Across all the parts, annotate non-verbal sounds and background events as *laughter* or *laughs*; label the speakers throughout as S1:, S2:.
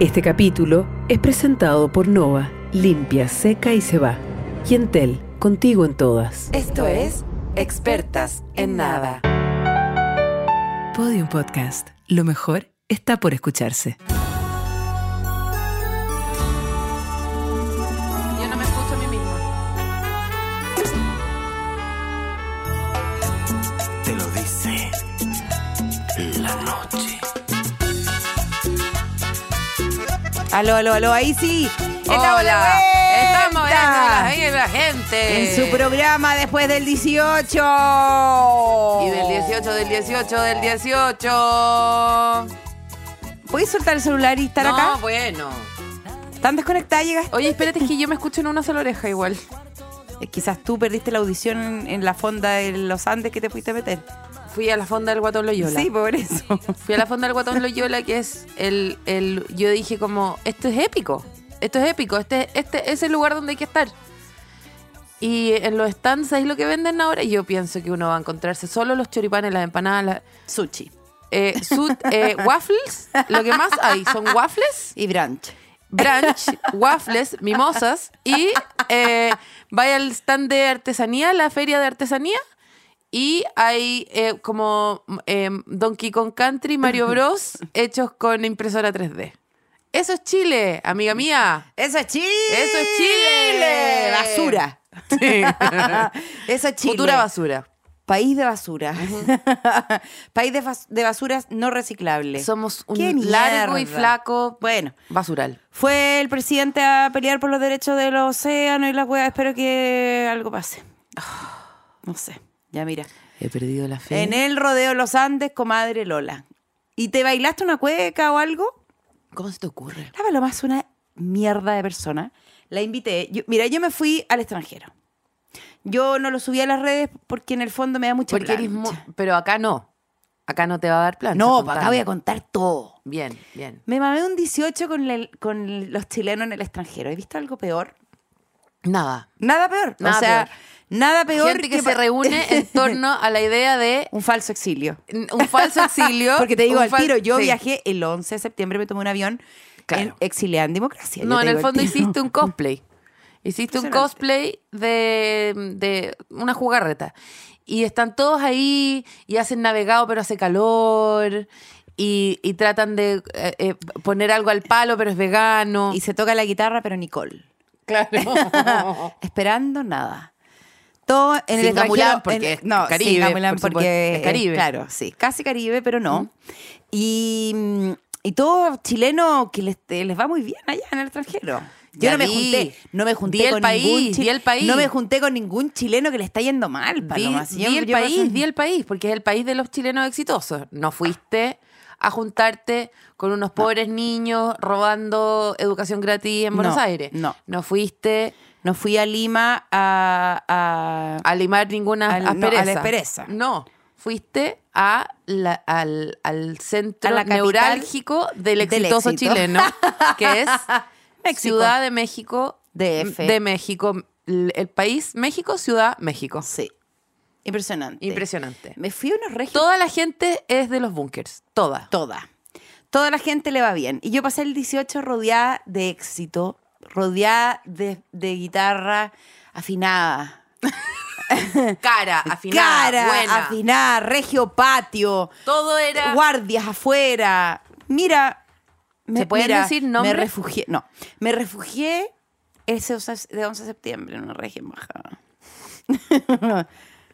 S1: Este capítulo es presentado por Nova, limpia, seca y se va. Y Entel, contigo en todas.
S2: Esto es Expertas en Nada.
S1: Podium Podcast. Lo mejor está por escucharse.
S2: Yo no me escucho a mí misma.
S3: Te lo dice la noche.
S4: Aló, aló, aló, ahí sí. Estamos de
S2: Hola,
S4: vuelta. Eh.
S2: estamos en la, en la gente.
S4: En su programa después del 18.
S2: Y del 18, del 18, del 18.
S4: ¿Puedes soltar el celular y estar
S2: no,
S4: acá?
S2: bueno.
S4: ¿Tan desconectada llegas?
S2: Oye, espérate, es que yo me escucho en una sola oreja igual.
S4: Eh, Quizás tú perdiste la audición en, en la fonda de los Andes que te fuiste a meter.
S2: Fui a la fonda del Guatón Loyola.
S4: Sí, por eso.
S2: Fui a la fonda del Guatón Loyola, que es el, el. Yo dije, como, esto es épico. Esto es épico. Este, este es el lugar donde hay que estar. Y en los stands, ¿sabéis lo que venden ahora? Yo pienso que uno va a encontrarse solo los choripanes, las empanadas, las-
S4: *laughs* Sushi
S2: eh, su- eh, waffles. Lo que más hay son waffles,
S4: y brunch.
S2: brunch, waffles, mimosas. Y eh, vaya al stand de artesanía, la feria de artesanía. Y hay eh, como eh, Donkey Kong Country, Mario Bros. hechos con impresora 3D. Eso es Chile, amiga mía.
S4: Eso es Chile.
S2: Eso es Chile.
S4: Basura.
S2: Sí.
S4: *laughs* Eso es Chile.
S2: Futura basura.
S4: País de basura. *laughs* País de, fas- de basuras no reciclables.
S2: Somos
S4: ¡Qué
S2: un largo y
S4: mierda!
S2: flaco
S4: Bueno.
S2: basural.
S4: Fue el presidente a pelear por los derechos del océano y la weas. Espero que algo pase. *sighs* No sé. Ya mira.
S2: He perdido la
S4: En el rodeo de los Andes, comadre Lola. ¿Y te bailaste una cueca o algo?
S2: ¿Cómo se te ocurre?
S4: La Paloma es una mierda de persona. La invité. Yo- mira, yo me fui al extranjero. Yo no lo subí a las redes porque en el fondo me da mucha
S2: Porque eres mu-
S4: plancha.
S2: pero acá no. Acá no te va a dar plancha.
S4: No, pa'
S2: contame.
S4: acá voy a contar todo.
S2: Bien, bien.
S4: Me mamé un 18 con, la- con los chilenos en el extranjero. ¿He visto algo peor?
S2: Nada.
S4: Nada peor.
S2: Nada
S4: o sea,
S2: peor.
S4: nada peor
S2: Gente que, se
S4: pa- *laughs*
S2: reúne en torno a la idea de
S4: un falso exilio. Ah,
S2: un
S4: *laughs*
S2: falso exilio.
S4: Porque te digo
S2: un
S4: al
S2: fal-
S4: tiro, yo
S2: Sí.
S4: viajé el 11 de septiembre, me tomé un avión en
S2: Claro.
S4: exiliada en democracia. yo
S2: No,
S4: te
S2: en el
S4: digo al
S2: fondo
S4: tiro.
S2: hiciste un cosplay. Hiciste un
S4: Impresionante.
S2: cosplay de, de una jugarreta. Y están todos ahí y hacen navegado, pero hace calor. Y, y tratan de eh, eh, poner algo al palo, pero es vegano.
S4: Y se toca la guitarra, pero Nicole. *laughs*
S2: claro. *laughs*
S4: Esperando nada. Todo en el
S2: Sin gamulan,
S4: extranjero.
S2: porque es
S4: en, no,
S2: Caribe,
S4: sin gamulan
S2: por supuesto,
S4: porque
S2: es Caribe.
S4: Claro, sí. Casi Caribe, pero no. Y, mm, y todo chileno que les, te- les va muy bien allá en el extranjero. Yo
S2: Ya
S4: no me
S2: vi.
S4: junté, no me junté
S2: Di el
S4: con ningún
S2: país,
S4: chi-
S2: di el país.
S4: No me junté con ningún chileno que le está yendo mal,
S2: Di,
S4: Paloma. Si yo-
S2: di el
S4: yo
S2: país,
S4: paso-
S2: di el país, porque es el país de los chilenos exitosos. No fuiste a juntarte con unos pobres niños robando educación gratis en
S4: No,
S2: Buenos Aires.
S4: no.
S2: No fuiste
S4: No fui a Lima a. a-
S2: a limar ninguna
S4: Al- no, a la
S2: aspereza.
S4: aspereza.
S2: No, fuiste a la- al, al centro
S4: A la capital
S2: neurálgico del
S4: del
S2: exitoso
S4: éxito.
S2: chileno, que es
S4: *laughs* México.
S2: Ciudad de México,
S4: DF.
S2: de México, el el país México, Ciudad México.
S4: sí. Impresionante.
S2: Impresionante.
S4: Me fui a unos regios.
S2: Toda la gente es de los bunkers, toda.
S4: Toda. Toda la gente le va bien. Y yo pasé el 18 rodeada de éxito, rodeada de, de guitarra afinada.
S2: Cara, afinada,
S4: cara
S2: buena.
S4: afinada, regio patio,
S2: Todo era
S4: guardias afuera. Mira, me,
S2: ¿Se pueden
S4: mira,
S2: decir
S4: Me
S2: nombres?
S4: refugié, no, me refugié ese 11 de 11 de septiembre en una regia
S2: Ah.
S4: embajada.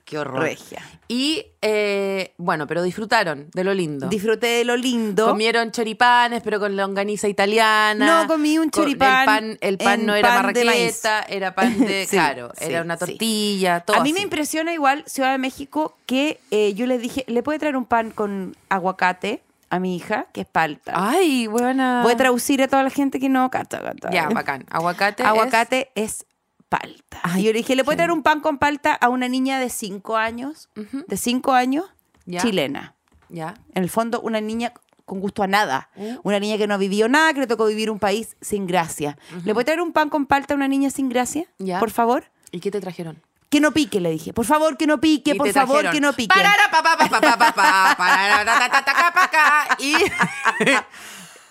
S2: qué horror.
S4: Regia.
S2: Y eh, bueno, pero disfrutaron de lo lindo.
S4: Disfruté de lo lindo.
S2: Comieron choripanes, pero con longaniza italiana.
S4: No, comí un
S2: Con-
S4: choripán
S2: El pan, el pan
S4: en
S2: no era
S4: pan de
S2: marraqueta, era pan de.
S4: *laughs* Sí,
S2: claro,
S4: sí,
S2: era una
S4: sí.
S2: tortilla, todo.
S4: a mí me
S2: así.
S4: impresiona igual Ciudad de México que eh, yo les dije, ¿le puede traer un pan con aguacate a mi hija? Que es palta.
S2: Ay, buena.
S4: Voy a traducir a toda la gente que no cata. cata.
S2: Ah. Ya, bacán. Aguacate. es-
S4: Aguacate es, palta.
S2: Ay,
S4: y yo le dije, ¿le puede
S2: qué-
S4: traer un pan con palta a una niña de 5 años?
S2: Ujú.
S4: De 5 años,
S2: Ya.
S4: chilena.
S2: Ya.
S4: En el fondo, una niña con gusto a nada.
S2: Mm.
S4: Una niña que no vivió nada, que le tocó vivir un país sin gracia. ¿Le puede traer un pan con palta a una niña sin gracia?
S2: Ya.
S4: Por favor.
S2: ¿Y qué te trajeron?
S4: Que no pique, le dije. Por favor, que no pique,
S2: Y
S4: por
S2: te
S4: favor,
S2: trajeron,
S4: que no pique. *laughs*
S2: "Parara, pa, pa, pa, pa, pa, pa, pa, parara, ta, ta, ta, ta, ca, pa, ca", Y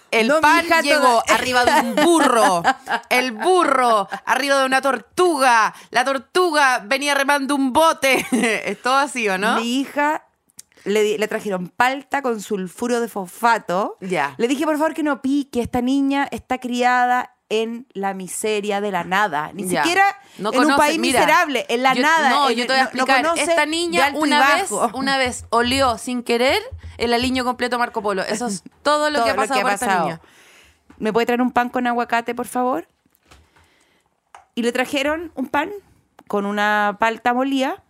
S2: El
S4: No, mi
S2: pan
S4: hija,
S2: llegó
S4: toda-
S2: arriba de un burro. El burro arriba de una tortuga. La tortuga venía remando un bote. *laughs* Es todo así, ¿o no?
S4: Mi hija le, di- le trajeron palta con sulfuro de fosfato.
S2: Ya.
S4: Le dije, por favor, que no pique. Esta niña está criada en la miseria de la nada. Ni
S2: Ya.
S4: siquiera
S2: No
S4: en
S2: conoce,
S4: un país
S2: mira,
S4: miserable, en la
S2: yo-
S4: nada.
S2: No,
S4: en
S2: yo
S4: el-
S2: te voy a explicar.
S4: conoce
S2: Esta
S4: de
S2: niña
S4: alto y
S2: una vez,
S4: bajo.
S2: una vez olió sin querer el aliño completo Marco Polo. Eso
S4: *laughs*
S2: es todo lo
S4: Todo
S2: que ha pasado por esta
S4: pasado.
S2: niña.
S4: ¿Me puede traer un pan con aguacate, por favor? Y le trajeron un pan con una palta molida.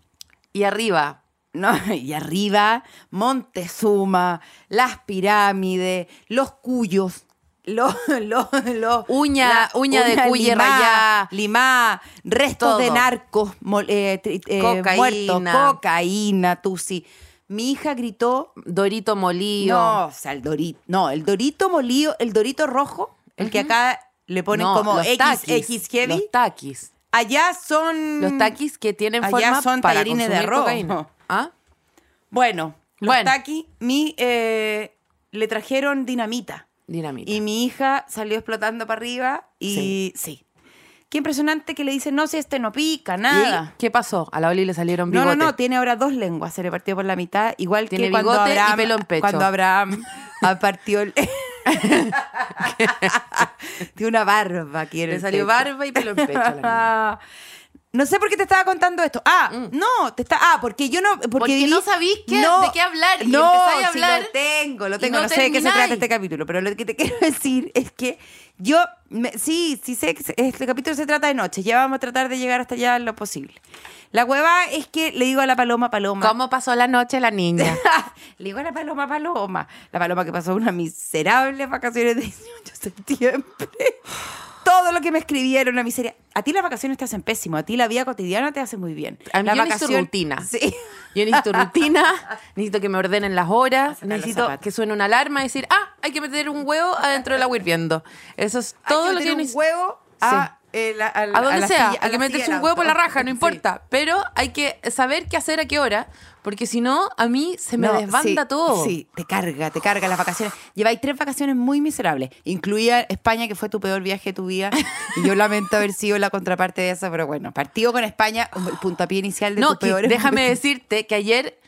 S2: Y arriba,
S4: No, *laughs* y arriba, Montezuma, las pirámides, los cuyos, *laughs* los, los, los-
S2: Uña- uña de cuye
S4: limá,
S2: rayá.
S4: limá, restos
S2: Todo.
S4: de narcos mol- eh, tri- eh,
S2: Cocaína.
S4: muertos, cocaína, tusi. Mi hija gritó,
S2: Dorito molido.
S4: no, o sea, el dorito, no, el dorito molido, el dorito rojo, el que acá le ponen
S2: No,
S4: como
S2: los
S4: X,
S2: taquis,
S4: X heavy,
S2: Los taquis.
S4: allá son...
S2: Los taquis que tienen
S4: Allá
S2: forma
S4: son
S2: para
S4: tallarines de
S2: consumir
S4: arroz. *laughs*
S2: cocaína. ¿Ah?
S4: Bueno, los
S2: Bueno.
S4: taquis, mi, eh, le trajeron dinamita.
S2: Dinamita.
S4: Y mi hija salió explotando para arriba y sí. Qué impresionante que le dicen, no, si este no pica, nada.
S2: ¿Y ¿Qué pasó? A la Oli le salieron
S4: No,
S2: bigotes.
S4: no, no, tiene ahora dos lenguas, se le partió por la mitad, igual
S2: Tiene
S4: que cuando
S2: bigote y
S4: Abraham,
S2: pelo en pecho. *laughs*
S4: cuando Abraham ha partido el... *laughs* tiene una barba, quiere.
S2: Le salió barba y pelo en pecho. a la niña.
S4: No sé por qué te estaba contando esto. Ah, no, te está. Ah, porque yo no. Porque,
S2: Mm. Porque
S4: vi-
S2: no sabís qué- de qué hablar y
S4: no,
S2: empezáis a
S4: sí
S2: hablar
S4: lo tengo, lo
S2: y
S4: tengo.
S2: no
S4: No, sé de qué se
S2: termináis.
S4: trata este capítulo, pero lo que te *laughs* quiero decir es que yo. me- sí, sí sé que se- este capítulo se trata de noche. Ya vamos a tratar de llegar hasta allá en lo posible. La hueva es que le digo a la paloma, paloma.
S2: *laughs* ¿Cómo pasó la noche la niña?
S4: *laughs* Le digo a la paloma, paloma. La paloma que pasó unas miserables vacaciones de 18 de septiembre.
S2: *sighs*
S4: Todo lo que me escribieron, una miseria. A ti las vacaciones te hacen pésimo, a ti la vida cotidiana te hace muy bien.
S2: A mí
S4: la
S2: yo necesito rutina.
S4: Sí.
S2: Yo necesito
S4: *laughs*
S2: rutina, necesito que me ordenen las horas,
S4: Sacar los
S2: necesito
S4: zapatos.
S2: que suene una alarma y decir, ah, hay que meter un huevo adentro del agua hirviendo. Eso es todo lo que yo
S4: tiene un
S2: necesito.
S4: huevo a, eh, la- a la-
S2: A donde
S4: la
S2: sea,
S4: silla- a
S2: hay que
S4: la silla
S2: meterse
S4: del
S2: un huevo por la
S4: auto.
S2: raja, no
S4: Sí.
S2: importa. Pero hay que saber qué hacer a qué hora, porque si no, a mí se me
S4: No,
S2: desbanda
S4: sí,
S2: todo.
S4: Sí, te carga, te carga las vacaciones. Lleváis tres vacaciones muy miserables, incluida España, que fue tu peor viaje de tu vida. Y yo lamento haber sido la contraparte de eso, pero bueno, partido con España, el puntapié inicial de
S2: No,
S4: tu
S2: que
S4: peor
S2: déjame decirte que ayer,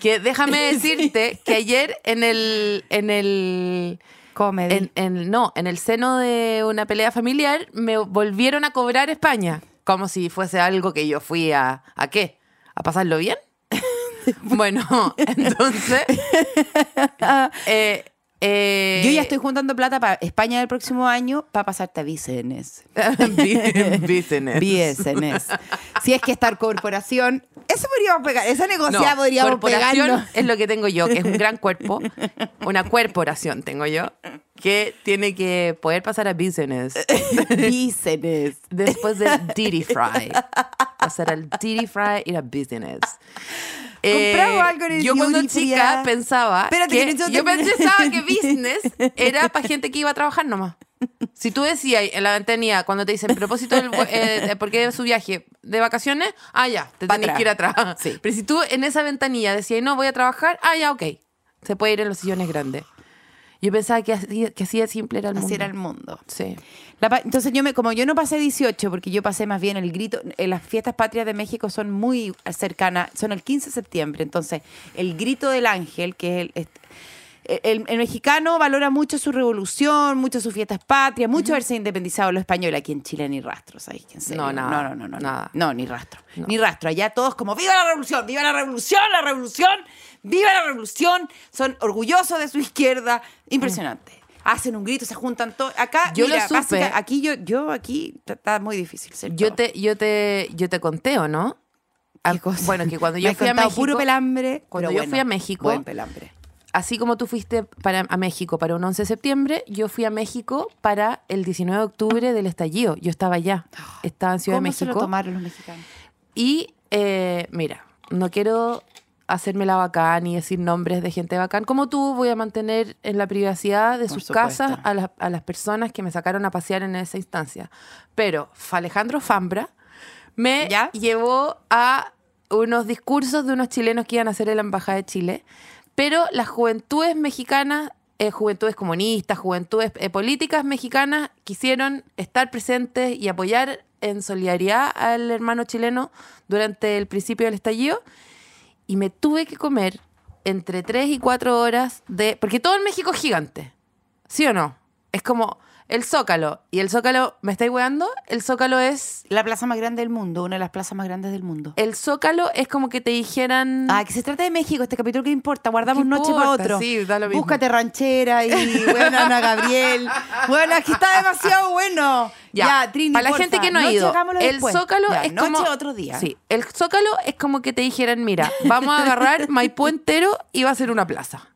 S2: que déjame
S4: *laughs*
S2: decirte que ayer en el, en el,
S4: Comedy.
S2: en, en- no, en el seno de una pelea familiar me volvieron a cobrar España, como si fuese algo que yo fui a, ¿a qué? ¿A pasarlo bien? *laughs* bueno, *laughs*
S4: *laughs*
S2: entonces, eh, eh,
S4: Yo ya estoy juntando plata para España del próximo año para pasarte a Vicenes.
S2: *laughs* Bi- business.
S4: Vicenes. si es que estar corporación, eso podríamos pegar, esa
S2: No,
S4: negociada podríamos
S2: corporación
S4: pegarnos. *laughs*
S2: es lo que tengo yo, que es un gran cuerpo, una corporación tengo yo, que tiene que poder pasar a business
S4: Vicenes.
S2: después del
S4: *laughs*
S2: Diddy Fry. Pasar al Diddy Fry y a
S4: *laughs*
S2: business. Eh,
S4: Compramos algo en el
S2: Yo cuando
S4: duty free,
S2: chica
S4: ah.
S2: pensaba
S4: Espérate,
S2: que,
S4: que no- yo
S2: yo
S4: terminé.
S2: pensaba
S4: *laughs*
S2: que business era para gente que iba a trabajar nomás. Si tú decías en la ventanilla, cuando te dicen propósito del vu- eh, de- por qué su viaje de vacaciones, ah, ya, te
S4: Pa'
S2: tenés
S4: atrás.
S2: que ir atrás.
S4: *laughs* Sí.
S2: Pero si tú en esa ventanilla decías, no, voy a trabajar, ah, ya, ok. Se puede ir en los sillones grandes. Yo pensaba que así, que así de simple era el mundo.
S4: Así era el mundo.
S2: Sí.
S4: La pa- entonces yo me, como yo no pasé 18, porque yo pasé más bien el grito, eh, las fiestas patrias de México son muy cercanas, son el 15 de septiembre, entonces el grito del ángel, que es el... est- e-, el, el mexicano valora mucho su revolución, mucho sus fiestas patrias, mucho haberse independizado de lo español. Aquí en Chile ni rastro, ¿sabéis quién serio?
S2: No, nada,
S4: No, no, no, no,
S2: nada.
S4: no, ni rastro. Ni rastro. Allá todos como, ¡viva la revolución! ¡Viva la revolución! ¡La revolución! ¡Viva la revolución! Son orgullosos de su izquierda. Impresionante. Hacen un grito, se juntan todos. Acá,
S2: Mm. Yo
S4: mira,
S2: lo supe.
S4: básica- aquí yo, yo aquí está- está muy difícil ser
S2: Yo
S4: todo.
S2: te, yo te, yo te conté, ¿o no?
S4: Qué
S2: Ah,
S4: cosa.
S2: Bueno, que
S4: *laughs*
S2: cuando
S4: Me
S2: yo
S4: has
S2: fui a
S4: contado
S2: México,
S4: puro pelambre.
S2: cuando
S4: pero
S2: yo
S4: bueno,
S2: fui a México,
S4: Buen pelambre.
S2: así como tú fuiste para, a México para un 11 de septiembre, yo fui a México para el 19 de octubre del estallido. Yo estaba allá, estaba en Ciudad
S4: ¿Cómo
S2: de
S4: se
S2: México.
S4: lo tomaron los mexicanos?
S2: Y eh, mira, no quiero hacerme la bacán y decir nombres de gente bacán. Como tú, voy a mantener en la privacidad de
S4: Por
S2: sus
S4: supuesto.
S2: casas a las, a las personas que me sacaron a pasear en esa instancia. Pero fa- Alejandro Fambra me
S4: ¿Ya?
S2: llevó a unos discursos de unos chilenos que iban a hacer en la Embajada de Chile. Pero las juventudes mexicanas eh, juventudes comunistas, juventudes eh, políticas mexicanas quisieron estar presentes y apoyar en solidaridad al hermano chileno durante el principio del estallido. Y me tuve que comer entre 3 y 4 horas de... Porque todo en México es gigante, ¿sí o no? Es como el Zócalo. Y el Zócalo, ¿me estáis weando? El Zócalo es...
S4: La plaza más grande del mundo, una de las plazas más grandes del mundo.
S2: El Zócalo es como que te dijeran...
S4: Ah, que se trata de México, este capítulo que importa, guardamos
S2: ¿Qué
S4: noche para
S2: importa?
S4: otro.
S2: Sí, da lo mismo.
S4: Búscate ranchera y bueno, Ana Gabriel. Bueno, aquí está demasiado bueno. Ya, Trini,
S2: Para la
S4: porfa,
S2: gente que no ha
S4: noche,
S2: ido,
S4: hagámoslo
S2: el
S4: después.
S2: Zócalo
S4: Ya,
S2: es
S4: noche,
S2: como
S4: otro día.
S2: Sí, el Zócalo es como que te dijeran, mira, vamos a
S4: *laughs*
S2: agarrar Maipú entero y va a ser una plaza.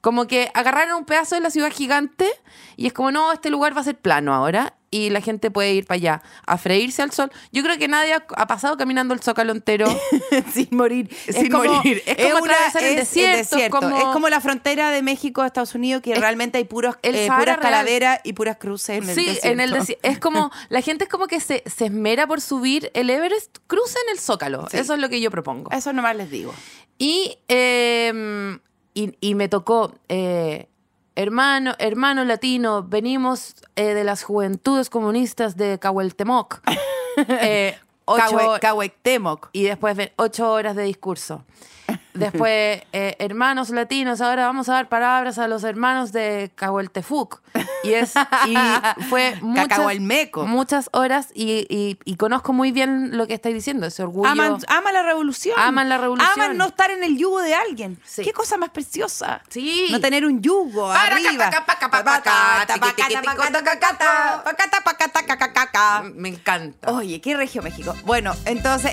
S2: Como que agarraron un pedazo de la ciudad gigante y es como, no, este lugar va a ser plano ahora y la gente puede ir para allá a freírse al sol. Yo creo que nadie ha, ha pasado caminando el Zócalo entero.
S4: *laughs* sin
S2: *laughs*
S4: morir.
S2: Sin morir. Es como atravesar el desierto, es como-
S4: Es como la frontera de México a Estados Unidos, que
S2: Es-
S4: realmente hay puros,
S2: el
S4: eh,
S2: Sahara
S4: puras
S2: real.
S4: calaveras y puras cruces *laughs* en el
S2: sí, en el
S4: desierto.
S2: desi- Es como, la gente es como que se, se esmera por subir el Everest, crucen el Zócalo.
S4: Sí.
S2: Eso es lo que yo propongo.
S4: Eso nomás les digo.
S2: Y, eh, y, y me tocó, eh, hermano, hermano latino, venimos eh, de las juventudes comunistas de
S4: *laughs*
S2: Cahueltemoc. Eh, ocho-
S4: Cahue- Cahuectemoc.
S2: y después ven- ocho horas de discurso. Después, eh, hermanos latinos, ahora vamos a dar palabras a los hermanos de Cahueltefuc. Y, es,
S4: *laughs*
S2: y fue muchas,
S4: Cacahualmeco.
S2: muchas horas y, y- y conozco muy bien lo que estáis diciendo, ese orgullo.
S4: Aman, aman la revolución.
S2: Aman la revolución.
S4: Aman no estar en el yugo de alguien.
S2: Sí.
S4: Qué cosa más preciosa.
S2: Sí.
S4: No tener un yugo
S2: Para,
S4: arriba.
S2: caca, paca, paca, paca,
S4: Pacata,
S2: tiqui, tiqui,
S4: pacata,
S2: tiqui,
S4: pacata, pacata, pacata, caca, caca.
S2: Me encanta.
S4: Oye, qué regio México. Bueno, entonces,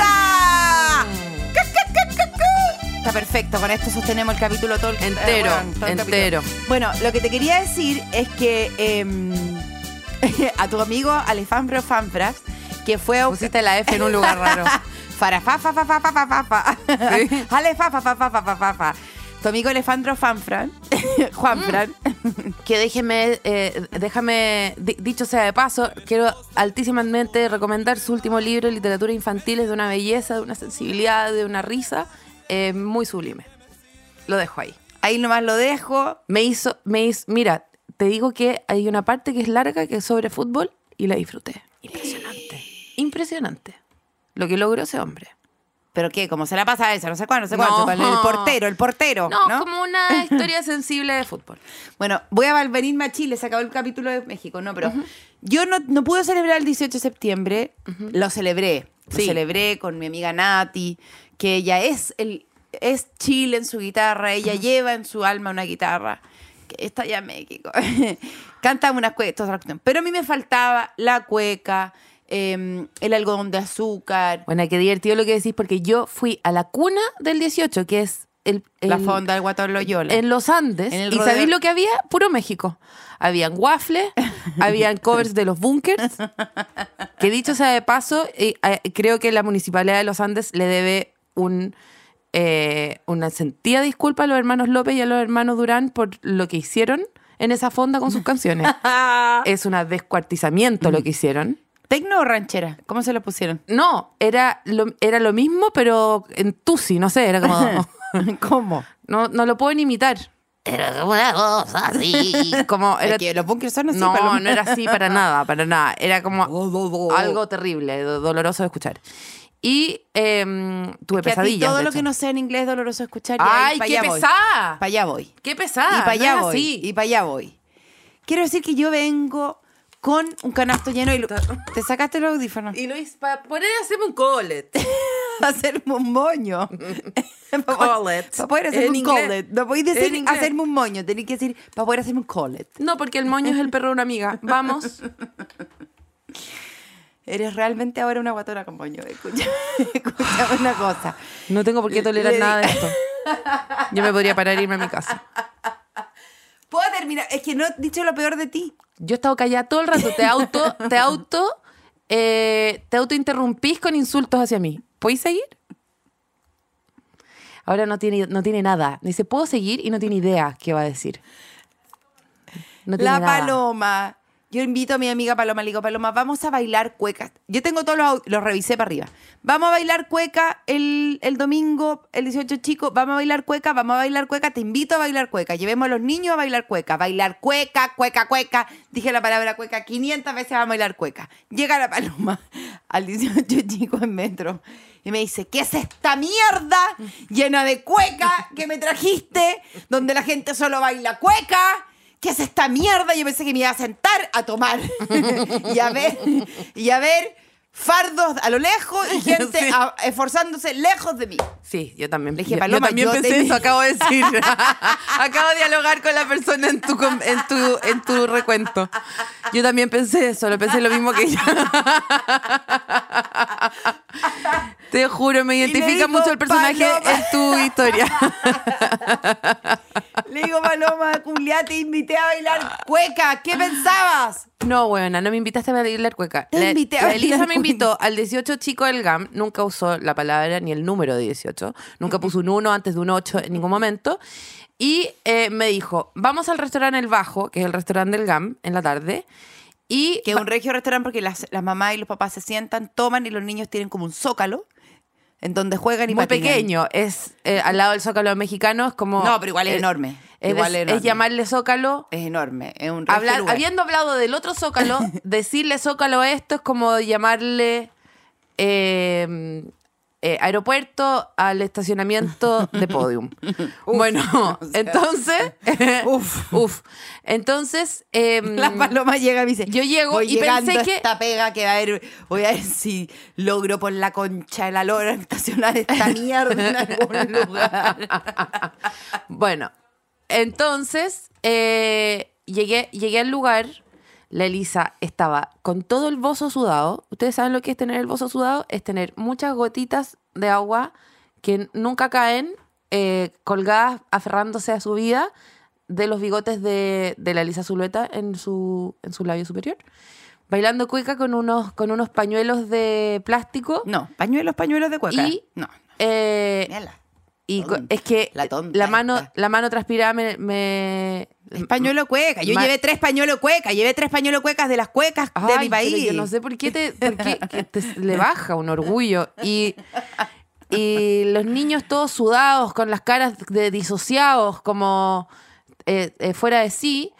S4: ¡esa! Ca, ca, ca, ca, ca. Está perfecto, con esto sostenemos el capítulo todo el eh,
S2: Entero,
S4: bueno, todo el capítulo.
S2: entero.
S4: Bueno, lo que te quería decir es que em, *laughs* a tu amigo Alejandro Fanfras, que fue a un-
S2: Pusiste la F en un lugar raro.
S4: Farafá, fa, fa, fa, fa, fa, fa, fa.
S2: Sí.
S4: Ale, fa, fa, fa, fa, fa, fa, fa, fa. Tu amigo Alejandro Fanfran, *laughs* Juanfran,
S2: *laughs* Mm. que déjeme, eh, déjame, di- dicho sea de paso, quiero altísimamente recomendar su último libro, Literatura Infantil, es de una belleza, de una sensibilidad, de una risa, eh, muy sublime. Lo dejo ahí.
S4: ahí nomás lo dejo.
S2: Me hizo, me hizo, mira, te digo que hay una parte que es larga, que es sobre fútbol, y la disfruté. Impresionante. Impresionante. Lo que logró ese hombre.
S4: ¿Pero qué? ¿Cómo se la pasa esa? No sé cuándo, no sé
S2: No.
S4: cuándo. El portero, el portero. No,
S2: No, como *laughs* una historia sensible de fútbol.
S4: Bueno, voy a venirme a Chile, se acabó el capítulo de México, no, pero yo no, no pude celebrar el 18 de septiembre, lo celebré. Lo
S2: Sí.
S4: celebré con mi amiga Nati, que ella es el es Chile en su guitarra, ella lleva en su alma una guitarra. que Está allá en México. *laughs* Canta unas cuecas, toda la cuestión. Pero a mí me faltaba la cueca, em, el algodón de azúcar,
S2: Bueno, qué divertido lo que decís, porque yo fui a la cuna del 18, que es el,
S4: la
S2: el-
S4: fonda del Guatón Loyola.
S2: en los Andes.
S4: En el
S2: ¿Y
S4: rodeo-
S2: sabéis lo que había? Puro México. Habían
S4: *laughs*
S2: waffles, habían covers de los bunkers. Que dicho sea de paso, eh, eh, creo que la municipalidad de los Andes le debe un, eh, una sentida disculpa a los hermanos López y a los hermanos Durán por lo que hicieron en esa fonda con sus
S4: *laughs*
S2: canciones.
S4: Ah.
S2: es un descuartizamiento
S4: Mm.
S2: lo que hicieron.
S4: ¿Tecno o ranchera? ¿Cómo se lo pusieron?
S2: No, era lo, era lo mismo, pero en Tusi, no sé, era *laughs* como.
S4: *laughs* ¿Cómo?
S2: No, no lo pueden imitar. Era como una cosa así. *laughs* Como era.
S4: Es que los bunkers son así,
S2: no,
S4: Paloma.
S2: no era así para nada, para nada. Era *laughs* como algo terrible, do- doloroso de escuchar. Y em, tuve
S4: Que a ti
S2: pesadillas.
S4: todo
S2: de
S4: lo
S2: hecho.
S4: que no sea en inglés es doloroso escuchar. y ahí
S2: ¡Ay,
S4: pa'
S2: qué
S4: allá voy.
S2: pesada!
S4: Para allá voy.
S2: ¡Qué pesada!
S4: y para allá
S2: no era
S4: voy.
S2: así.
S4: Y para allá voy. Quiero decir que yo vengo con un canasto lleno y lo- te sacaste el
S2: *laughs*
S4: audífono.
S2: Y Luis, para poner a hacerme un colet.
S4: a hacerme un *laughs* moño.
S2: Collet.
S4: Para poder hacerme
S2: En
S4: un
S2: inglés.
S4: collet. No podéis
S2: En
S4: decir
S2: inglés.
S4: hacerme un moño, tenéis que decir para poder hacerme un collet.
S2: No, porque el moño es el perro de una amiga. Vamos.
S4: Eres realmente ahora una guatona con moño. Escucha, *laughs* escucha una cosa.
S2: No tengo por qué tolerar
S4: Le di-
S2: nada de *laughs* esto. Yo me podría parar e irme a mi casa.
S4: Puedo terminar. Es que no he dicho lo peor de ti.
S2: Yo he estado callada todo el rato. Te auto, te auto, eh, te auto interrumpís con insultos hacia mí. ¿Puedes seguir? Ahora no tiene, no tiene nada. Dice, puedo seguir y no tiene idea qué va a decir. No tiene
S4: la
S2: nada.
S4: paloma Yo invito a mi amiga Paloma, le digo, Paloma, vamos a bailar cueca. Yo tengo todos los, au- los revisé para arriba. Vamos a bailar cueca el, el domingo, el 18 chico, vamos a bailar cueca, vamos a bailar cueca, te invito a bailar cueca, llevemos a los niños a bailar cueca, bailar cueca, cueca, cueca. Dije la palabra cueca 500 veces, vamos a bailar cueca. Llega la Paloma *laughs* al 18 chico en metro y me dice, ¿qué es esta mierda llena de cueca que me trajiste, donde la gente solo baila cueca? ¿Qué es esta mierda? Yo pensé que me iba a sentar a tomar *laughs* y a ver, y a ver fardos a lo lejos y *laughs* gente
S2: Sí.
S4: a- esforzándose lejos de mí.
S2: Sí, yo también.
S4: Le dije,
S2: Yo- yo,
S4: Paloma,
S2: también
S4: yo
S2: pensé
S4: te-
S2: eso, acabo de
S4: *laughs*
S2: decir. acabo de dialogar con la persona en tu, com- en tu, en tu recuento. Yo también pensé eso, lo pensé lo mismo que
S4: *laughs*
S2: ella. te juro, me
S4: me
S2: identifica
S4: dijo,
S2: mucho el personaje
S4: "Paloma".
S2: en tu historia.
S4: Le digo, Paloma, culiá, te invité a bailar cueca. ¿Qué pensabas?
S2: No, buena, no me invitaste a bailar cueca.
S4: Te
S2: La,
S4: invité a
S2: la
S4: bailar
S2: Elisa me
S4: cueca.
S2: invitó al 18 chico del GAM, nunca usó la palabra ni el número 18, nunca puso un 1 antes de un 8 en ningún momento. Y eh, me dijo, vamos al restaurante El Bajo, que es el restaurante del GAM, en la tarde. Y
S4: Que es un regio restaurante porque las, las mamás y los papás se sientan, toman y los niños tienen como un zócalo en donde juegan y
S2: muy
S4: patinan.
S2: pequeño, es eh, al lado del Zócalo mexicano, es como...
S4: No, pero igual es
S2: eh,
S4: enorme.
S2: Es,
S4: igual
S2: es
S4: enorme.
S2: llamarle Zócalo.
S4: Es enorme. Es un regio
S2: Hablar-
S4: lugar.
S2: habiendo hablado del otro Zócalo,
S4: *laughs*
S2: decirle Zócalo a esto es como llamarle eh, eh, aeropuerto al estacionamiento de
S4: *laughs*
S2: podium. bueno, entonces. *laughs*
S4: Uf.
S2: uf. Entonces. eh,
S4: La paloma llega y me dice,
S2: Yo llego
S4: voy
S2: y
S4: llegando
S2: pensé
S4: a
S2: que-
S4: esta pega que va a haber, voy a ver si logro por la concha de la lora estacionar esta mierda
S2: *laughs*
S4: en algún lugar.
S2: Bueno, entonces eh, llegué, llegué al lugar. La Elisa estaba con todo el bozo sudado. Ustedes saben lo que es tener el bozo sudado. Es tener muchas gotitas de agua que n- nunca caen, eh, colgadas, aferrándose a su vida, de los bigotes de, de la Elisa Zulueta en su, en su labio superior. Bailando cuica con unos, con unos pañuelos de plástico.
S4: No, pañuelos, pañuelos de cueca.
S2: Y-
S4: No,
S2: eh,
S4: mírala.
S2: y co-
S4: Tonta.
S2: es que
S4: La
S2: la,
S4: tonta
S2: mano,
S4: esta.
S2: la mano transpirada me, me-
S4: Es pañuelo cueca. Yo
S2: Ma-
S4: llevé tres pañuelos cueca. Llevé tres pañuelos cuecas de las cuecas
S2: Ay,
S4: de mi
S2: pero
S4: país.
S2: Yo no sé por qué te, por
S4: *laughs*
S2: qué- que te- le baja un orgullo. Y, y los niños todos sudados, con las caras de disociados, como eh, eh, fuera de sí.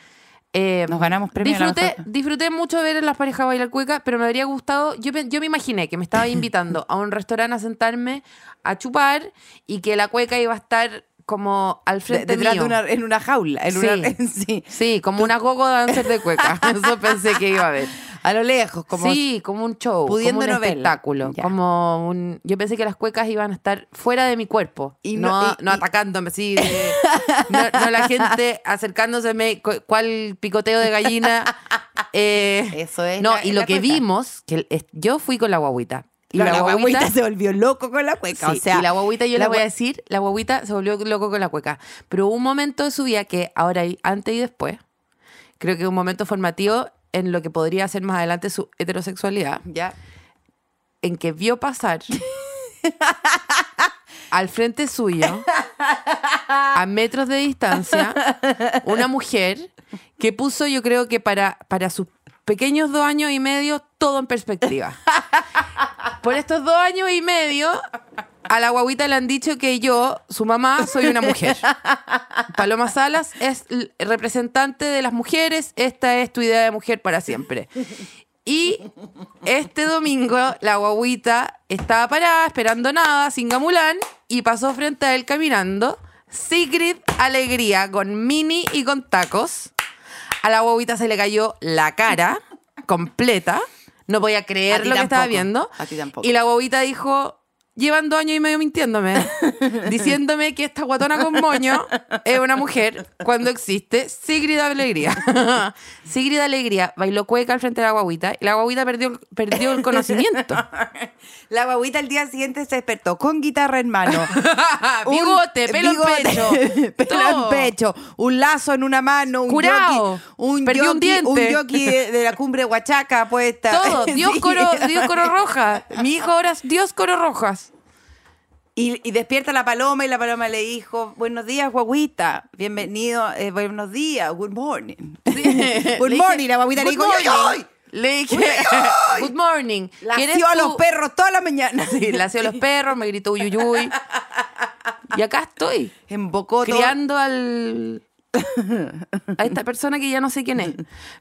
S2: Eh,
S4: Nos ganamos premio a la
S2: disfruté,
S4: mejor-
S2: disfruté mucho ver a las parejas bailar cueca, pero me habría gustado. Yo, pe- yo me imaginé que me estaba invitando a un restaurante a sentarme a chupar y que la cueca iba a estar como al
S4: De-
S2: frente
S4: detrás
S2: mío.
S4: de una, en una jaula. *laughs* En
S2: Sí.
S4: Una, sí.
S2: Sí, como una gogo dancer de
S4: *laughs*
S2: cueca. Eso pensé que iba a haber.
S4: A lo lejos, como
S2: sí, como un show,
S4: pudiendo
S2: como un
S4: novela.
S2: espectáculo,
S4: Ya.
S2: como un yo pensé que las cuecas iban a estar fuera de mi cuerpo
S4: Y
S2: y
S4: no-
S2: no
S4: y-
S2: no
S4: y-
S2: atacándome así
S4: *laughs*
S2: de- no, no la gente acercándoseme cu- cuál picoteo de gallina eh,
S4: Eso *laughs* es
S2: No,
S4: la-
S2: y
S4: es
S2: lo
S4: la
S2: que
S4: cueca.
S2: vimos que el- es- yo fui con la guaguita y
S4: la, guaguita se volvió loco con la cueca.
S2: Sí,
S4: o sea,
S2: y la guaguita, yo
S4: la
S2: le voy a
S4: gua-
S2: decir, la guaguita se volvió loco con la cueca. Pero hubo un momento de su vida que ahora hay antes y después. Creo que un momento formativo en lo que podría ser más adelante su heterosexualidad,
S4: Ya.
S2: en que vio pasar al frente suyo, a metros de distancia, una mujer que puso, yo creo que para, para sus pequeños dos años y medio, todo en perspectiva. Por estos dos años y medio, a la guaguita le han dicho que yo, su mamá, soy una mujer. Paloma Salas es l- representante de las mujeres, esta es tu idea de mujer para siempre. Y este domingo la guaguita estaba parada, esperando nada, sin gamulán, y pasó frente a él caminando. Sigrid Alegría, con mini y con tacos. A la guaguita se le cayó la
S4: *laughs*
S2: cara completa. No podía creer
S4: A ti
S2: lo que estaba
S4: tampoco.
S2: viendo.
S4: A ti tampoco.
S2: Y la guaguita dijo, llevan dos años y medio mintiéndome,
S4: *laughs*
S2: diciéndome que esta guatona con moño es una mujer cuando existe Sigrid
S4: *laughs*
S2: Alegría. Sigrid Alegría bailó cueca al frente de la guaguita y la guaguita perdió, perdió el conocimiento.
S4: La guaguita al día siguiente se despertó con guitarra en mano. *laughs*
S2: *laughs*
S4: Un
S2: bigote, pelo
S4: bigote,
S2: en pecho.
S4: *laughs* pelo en
S2: todo.
S4: pecho, un lazo en una mano, un
S2: Curao.
S4: yoki, un
S2: Perdió un
S4: yoki-
S2: diente.
S4: yoki de, de la cumbre Huachaca puesta. *laughs*
S2: Todo, Dios
S4: Sí.
S2: coro, Dios coro roja. Mi hijo ahora es Dios coro rojas.
S4: *laughs* Y, y despierta la paloma y la paloma le dijo, buenos días, guaguita, bienvenido, eh, buenos días, good morning. good
S2: *laughs* Le
S4: morning,
S2: dije,
S4: la guaguita le
S2: "Good
S4: dijo,
S2: morning".
S4: ¡ay!
S2: Le dije, good morning.
S4: La
S2: ¿Quieres
S4: hacía a los
S2: tú-
S4: perros toda la mañana. *laughs*
S2: Sí, la hacía a los perros, me gritó uyuyuy. Y acá estoy,
S4: En Bocoto.
S2: criando
S4: *laughs*
S2: al... A esta persona que ya no sé quién es.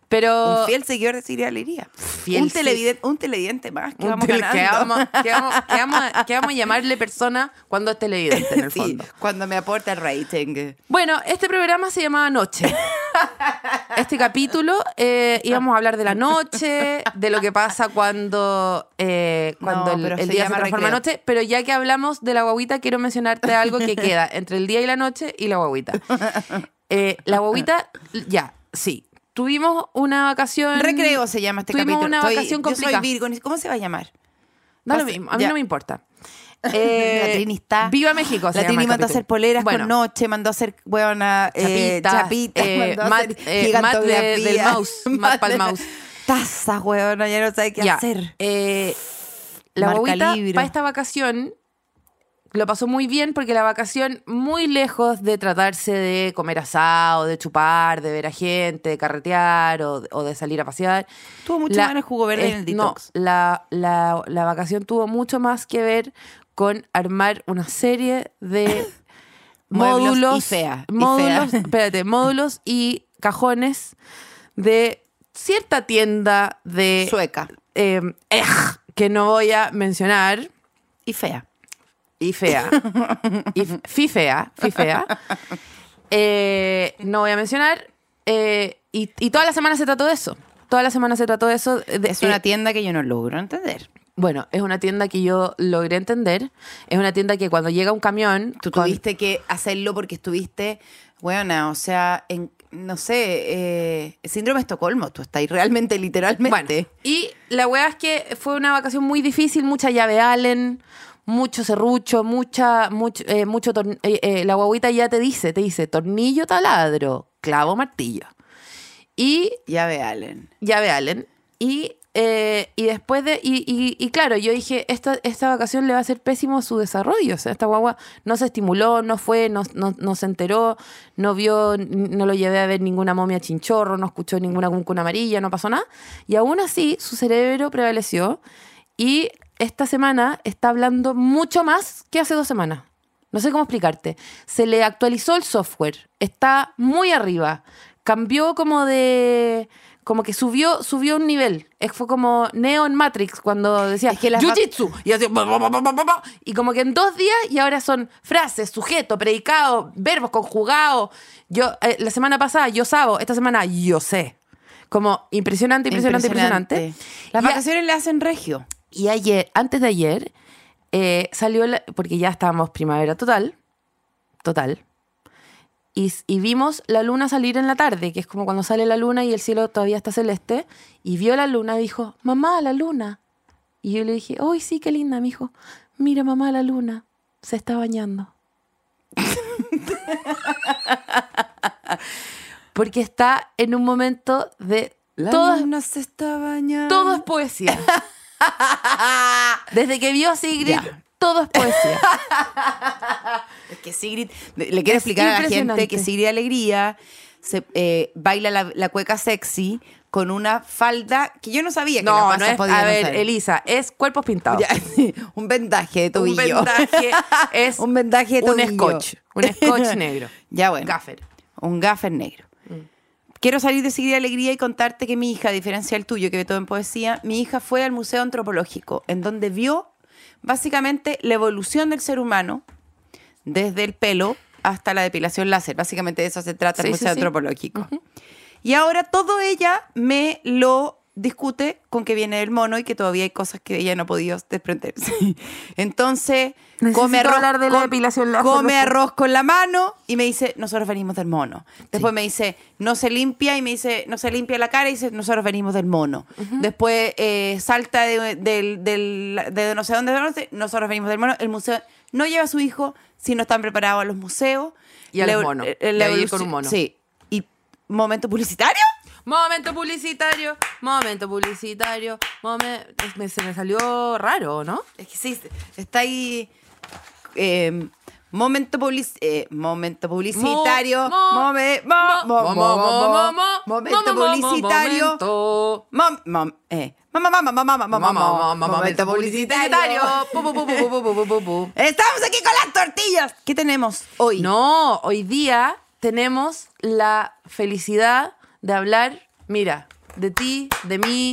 S2: Pero...
S4: Un fiel seguidor de Siria Alegría.
S2: Fiel
S4: un,
S2: se-
S4: televidente, un televidente más que
S2: un
S4: vamos
S2: tel-
S4: ganando.
S2: que vamos- que vamos- que vamos- que
S4: *laughs*
S2: vamos a llamarle persona cuando es televidente, en el
S4: Sí,
S2: fondo.
S4: cuando me aporta el rating.
S2: Bueno, este programa se llamaba Noche. Este capítulo eh, íbamos a hablar de la noche, de lo que pasa cuando, eh, cuando
S4: No,
S2: el-
S4: pero
S2: el,
S4: se
S2: día se
S4: llama
S2: transforma en
S4: recreo.
S2: noche. Pero ya que hablamos de la guaguita, quiero mencionarte algo
S4: *laughs*
S2: que queda entre el día y la noche y la guaguita. Eh, la guaguita, ya, sí. Tuvimos una vacación.
S4: Recreo se llama este
S2: tuvimos
S4: capítulo.
S2: una
S4: Estoy-
S2: vacación
S4: Yo
S2: complicada.
S4: soy Virgo. ni- ¿Cómo se va a llamar?
S2: Da lo
S4: Pasa-
S2: mismo, a mí
S4: ya.
S2: no me importa.
S4: *laughs* la Trini está.
S2: Viva México. se
S4: La
S2: llama
S4: Trini
S2: el
S4: mandó a
S2: capítulo.
S4: hacer poleras
S2: Bueno,
S4: con noche, mandó a hacer, huevona, eh,
S2: Chapitas,
S4: chapitas,
S2: eh,
S4: mandó a
S2: mat-
S4: hacer
S2: eh,
S4: gigantografía.
S2: mat de- del
S4: *laughs*
S2: mouse, mat pa'l
S4: de-
S2: mouse.
S4: Tazas, huevona, ya no sabe qué
S2: Ya,
S4: hacer.
S2: eh, la
S4: Marca
S2: guaguita
S4: libro.
S2: para esta vacación lo pasó muy bien porque la vacación, muy lejos de tratarse de comer asado, de chupar, de ver a gente, de carretear o, o de salir a pasear.
S4: Tuvo mucho
S2: la-
S4: más en el jugo verde
S2: eh,
S4: en el
S2: no,
S4: detox.
S2: la, la- la vacación tuvo mucho más que ver con armar una serie
S4: *coughs*
S2: de
S4: Mueblos y
S2: módulos.
S4: fea, y
S2: módulos,
S4: fea. *coughs*
S2: espérate, módulos y cajones de cierta tienda de
S4: Sueca
S2: eh, ej, que no voy a mencionar.
S4: y fea.
S2: Y fea. Y f- fifea. Fifea. Eh, no voy a mencionar. Eh, y, y toda la semana se trató de eso. Toda la semana se trató de eso. de-
S4: Es una
S2: eh,
S4: tienda que yo no logro entender.
S2: bueno, es una tienda que yo logré entender. Es una tienda que cuando llega un camión.
S4: Tú
S2: con-
S4: tuviste que hacerlo porque estuviste, buena, o sea, en, no sé, eh, síndrome de Estocolmo, tú estás ahí realmente, *laughs* literalmente.
S2: Bueno, y la weá es que fue una vacación muy difícil, mucha llave Allen, mucho serrucho, mucha, mucho, eh, mucho torn- eh, eh, la guaguita ya te dice, te dice tornillo taladro, clavo martillo. Y
S4: Ya ve, Allen.
S2: llave Allen. Y, eh, y después de, y, y- y claro, yo dije, esta, esta vacación le va a ser pésimo su desarrollo. O sea, esta guagua no se estimuló, no fue, no, no, no se enteró, no vio, no lo llevé a ver ninguna momia chinchorro, no escuchó ninguna cuncuna amarilla, no pasó nada. Y aún así, su cerebro prevaleció y esta semana está hablando mucho más que hace dos semanas. No sé cómo explicarte. Se le actualizó el software. Está muy arriba. Cambió como de. Como que subió, subió un nivel. Es- Fue como Neo en Matrix cuando decía
S4: Es que las
S2: Jiu-Jitsu. Y así, ba, ba, ba, ba, ba, ba. Y como que en dos días y ahora son frases, sujeto, predicado, verbos conjugados. Yo, eh, la semana pasada yo sabo, esta semana yo sé. Como impresionante, impresionante, impresionante.
S4: Las
S2: Y a-
S4: vacaciones le hacen regio.
S2: y ayer, antes de ayer, eh, salió, la- porque ya estábamos primavera total, total, y, s- y vimos la luna salir en la tarde, que es como cuando sale la luna y el cielo todavía está celeste, y vio la luna y dijo, mamá, la luna. Y yo le dije, ¡ay, sí, qué linda! Me dijo, mira, mamá, la luna, se está bañando. *laughs* porque está en un momento de... todo es-
S4: se está bañando.
S2: todo es poesía. *laughs* Desde que vio a Sigrid,
S4: Ya.
S2: todo es *laughs* poesía.
S4: Es que Sigrid, le quiero
S2: Es
S4: explicar a la gente
S2: impresionante.
S4: que Sigrid Alegría se, eh, baila la, la cueca sexy con una falda que yo no sabía que las
S2: No,
S4: masas
S2: no es.
S4: podían
S2: A ver,
S4: usar.
S2: Elisa, es cuerpos pintados.
S4: *laughs* Ya,
S2: *laughs*
S4: sí, un vendaje de tobillo.
S2: un *laughs* vendaje es
S4: Un vendaje de
S2: un
S4: tobillo.
S2: scotch. Un scotch negro. *laughs*
S4: Ya bueno.
S2: Gaffer.
S4: Un gaffer negro.
S2: Mm.
S4: Quiero salir de Sigrid Alegría y contarte que mi hija, a diferencia del tuyo, que ve todo en poesía, mi hija fue al Museo Antropológico, en donde vio básicamente la evolución del ser humano desde el pelo hasta la depilación láser. Básicamente de eso se trata
S2: Sí, sí,
S4: el Museo
S2: sí.
S4: Antropológico. Y ahora todo ella me lo discute con que viene del mono y que todavía hay cosas que ella no ha podido desprenderse. *laughs* Entonces,
S2: Necesito
S4: come arroz,
S2: hablar de la
S4: com-
S2: depilación láser, por
S4: come
S2: favor.
S4: arroz con la mano y me dice, nosotros venimos del mono. Después me dice, no se limpia y me dice, no se limpia la cara y dice, nosotros venimos del mono. Después eh, salta de, del- del- de no sé dónde, de no sé, nosotros venimos del mono. El museo no lleva a su hijo si no están preparados a los museos.
S2: Y a
S4: La
S2: los
S4: evo-
S2: monos.
S4: eh,
S2: Y
S4: la
S2: a vivir con un
S4: evolución-
S2: mono.
S4: Sí. ¿Y momento publicitario?
S2: Momento publicitario, momento publicitario, momen- es- me- se me salió raro, ¿no?
S4: Es que sí, está ahí eh, momento, public- eh, momento publicitario.
S2: Mo- mo-
S4: mome- mo- mo-
S2: Mo- mo- mo- mo- mo-
S4: Momento
S2: mo- mo- mo-
S4: publicitario.
S2: momento.
S4: Mom- mom- eh, mom- mom- mom- mom- mom- mom- mom- Momento publicitario.
S2: Pu, pu, pu, pu, pu, pu, pu, pu, pu.
S4: Estamos aquí con las tortillas. ¿Qué tenemos hoy?
S2: No, hoy día tenemos la felicidad de hablar, mira, de ti, de mí,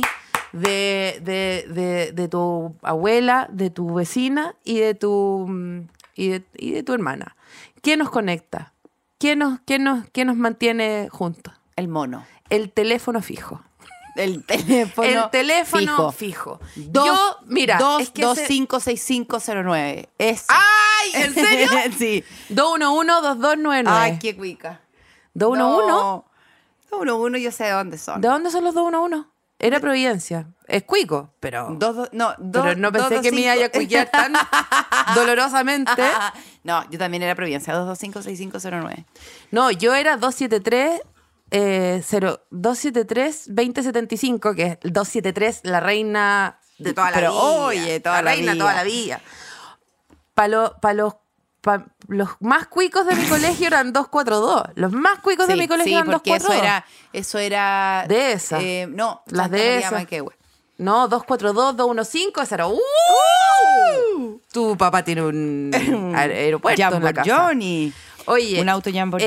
S2: de, de- de- de tu abuela, de tu vecina y de tu, mm, y de, y de tu hermana. ¿Quién nos conecta? ¿Quién nos, quién nos, quién nos mantiene juntos?
S4: El mono.
S2: El teléfono fijo.
S4: El teléfono.
S2: El teléfono fijo.
S4: Dos,
S2: Yo, mira,
S4: dos,
S2: es que
S4: dos,
S2: ese-
S4: cinco, seis, cinco, cero, nueve. Eso.
S2: ¡Ay! ¿En serio?
S4: *laughs* sí. Eh.
S2: 211-2299.
S4: Ay, qué cuica.
S2: 211.
S4: No. Uno, uno, yo sé de dónde son.
S2: ¿De dónde son los 211?
S4: Eh.
S2: Era Providencia. Es cuico, pero.
S4: Dos, dos- no, dos,
S2: pero no pensé
S4: dos, dos,
S2: que me iba a ¿eh?
S4: cinco. *laughs*
S2: cuiquear tan dolorosamente.
S4: No, yo también era Providencia, 2256509.
S2: No, yo era 273. Eh, 0, 273 2075, que es el 273, la reina de toda la
S4: Pero,
S2: vida.
S4: oye, toda la
S2: reina
S4: vida.
S2: toda la vida. Para los, pa' los más cuicos de mi colegio eran 242. Los más cuicos de mi colegio
S4: sí,
S2: eran
S4: porque eso
S2: 242.
S4: era, eso era...
S2: De esa.
S4: eh, no,
S2: Las
S4: Santa
S2: de
S4: María
S2: esa.
S4: Manquehue.
S2: No, 242, 215, ese era. ¡Uh!
S4: ¡Uh!
S2: Tu papá tiene un
S4: *clears throat*
S2: aer- aeropuerto en la casa.
S4: Jamboree.
S2: Oye.
S4: Un auto Jamboree.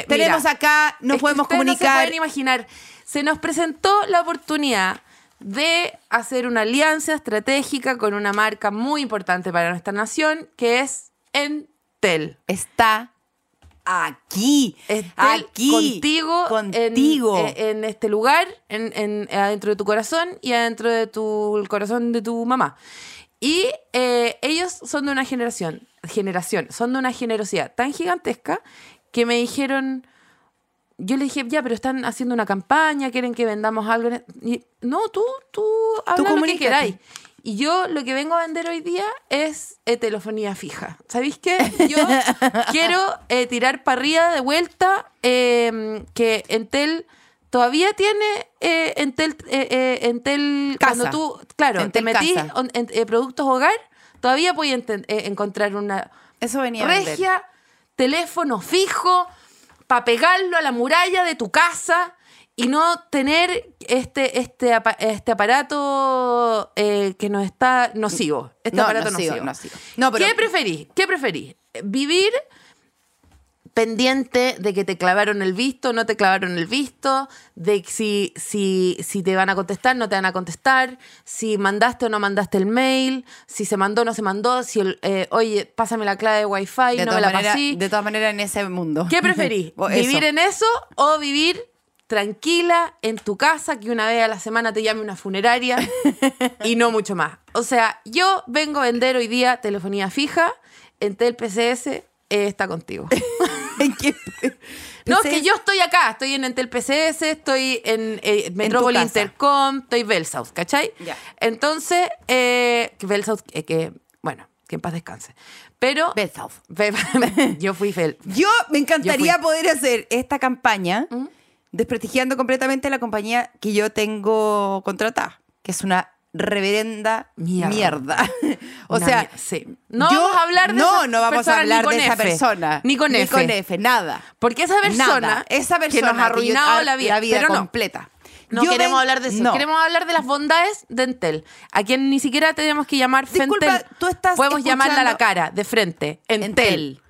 S2: eh, mira,
S4: Tenemos acá, no
S2: es que
S4: podemos
S2: ustedes No se
S4: comunicar.
S2: pueden imaginar. Se nos presentó la oportunidad de hacer una alianza estratégica con una marca muy importante para nuestra nación, que es Entel.
S4: está aquí.
S2: Estel
S4: aquí.
S2: contigo, en-
S4: Contigo.
S2: En, en este lugar, en, en- adentro de tu corazón y adentro de tu el corazón de tu mamá. Y eh, ellos son de una generación, generación, son de una generosidad tan gigantesca que me dijeron, yo le dije, ya, pero están haciendo una campaña, quieren que vendamos algo. en- e, y, no, tú, tú, habla lo que
S4: comunícate.
S2: queráis. Y yo lo que vengo a vender hoy día es eh, telefonía fija. ¿Sabéis qué?
S4: *laughs*
S2: Yo quiero eh, tirar para arriba de vuelta eh, que Entel todavía tiene eh, Entel, eh, eh, Entel
S4: Casa.
S2: cuando tú, claro,
S4: Entel
S2: te metís
S4: Casa.
S2: on- en, eh, productos hogar, todavía podéis enten- eh, encontrar una
S4: Eso venía a vender.
S2: regia, teléfono fijo, para pegarlo a la muralla de tu casa y no tener este, este, apa- este aparato eh, que nos está nocivo. Este
S4: No,
S2: aparato
S4: nocivo,
S2: nocivo.
S4: nocivo. No, pero-
S2: ¿Qué preferís? ¿Qué preferís? ¿Vivir pendiente de que te clavaron el visto, no te clavaron el visto, de que si, si, si te van a contestar, no te van a contestar, si mandaste o no mandaste el mail, si se mandó o no se mandó, si el, eh, oye, pásame la clave de wifi,
S4: De
S2: no me
S4: todas
S2: la
S4: maneras-
S2: pasí.
S4: de todas maneras, en ese mundo. *laughs*
S2: ¿Qué preferís?
S4: O eso.
S2: ¿Vivir en eso o vivir tranquila en tu casa que una vez a la semana te llame una
S4: *laughs*
S2: funeraria y no mucho más? O sea, yo vengo a vender hoy día telefonía fija, Entel PCS eh, está contigo. *laughs*
S4: ¿En qué?
S2: No, es
S4: Ese
S2: que yo estoy acá, estoy en Entel PCS, estoy en eh, Metrópoli
S4: casa.
S2: Intercom, estoy Belsouth, ¿cachai?
S4: Ya.
S2: Entonces, eh, que Belsouth, eh, que, bueno, que en paz descanse. Pero...
S4: Bell South.
S2: Be- *laughs* yo fui Bel-
S4: Yo me encantaría
S2: Yo
S4: poder hacer esta campaña desprestigiando completamente la compañía que yo tengo contratada, que es una reverenda mierda. *laughs*
S2: Mierda.
S4: o
S2: Una
S4: sea,
S2: mier- sí. No
S4: yo-
S2: vamos a hablar de
S4: no,
S2: esa
S4: no vamos
S2: persona
S4: a
S2: ni
S4: hablar
S2: con
S4: de esa
S2: F,
S4: persona.
S2: ni con F.
S4: nada.
S2: Porque esa persona,
S4: Nada. Esa
S2: que
S4: persona
S2: nos ha
S4: yo- ah,
S2: arruinado la vida, pero no.
S4: completa.
S2: No
S4: Yo
S2: queremos
S4: ven-
S2: hablar de eso.
S4: no.
S2: Queremos hablar de las bondades de Entel. A quien ni siquiera tenemos que llamar
S4: Disculpa,
S2: Fentel.
S4: tú estás
S2: Podemos llamarla a la
S4: escuchando-
S2: cara, de frente. Entel.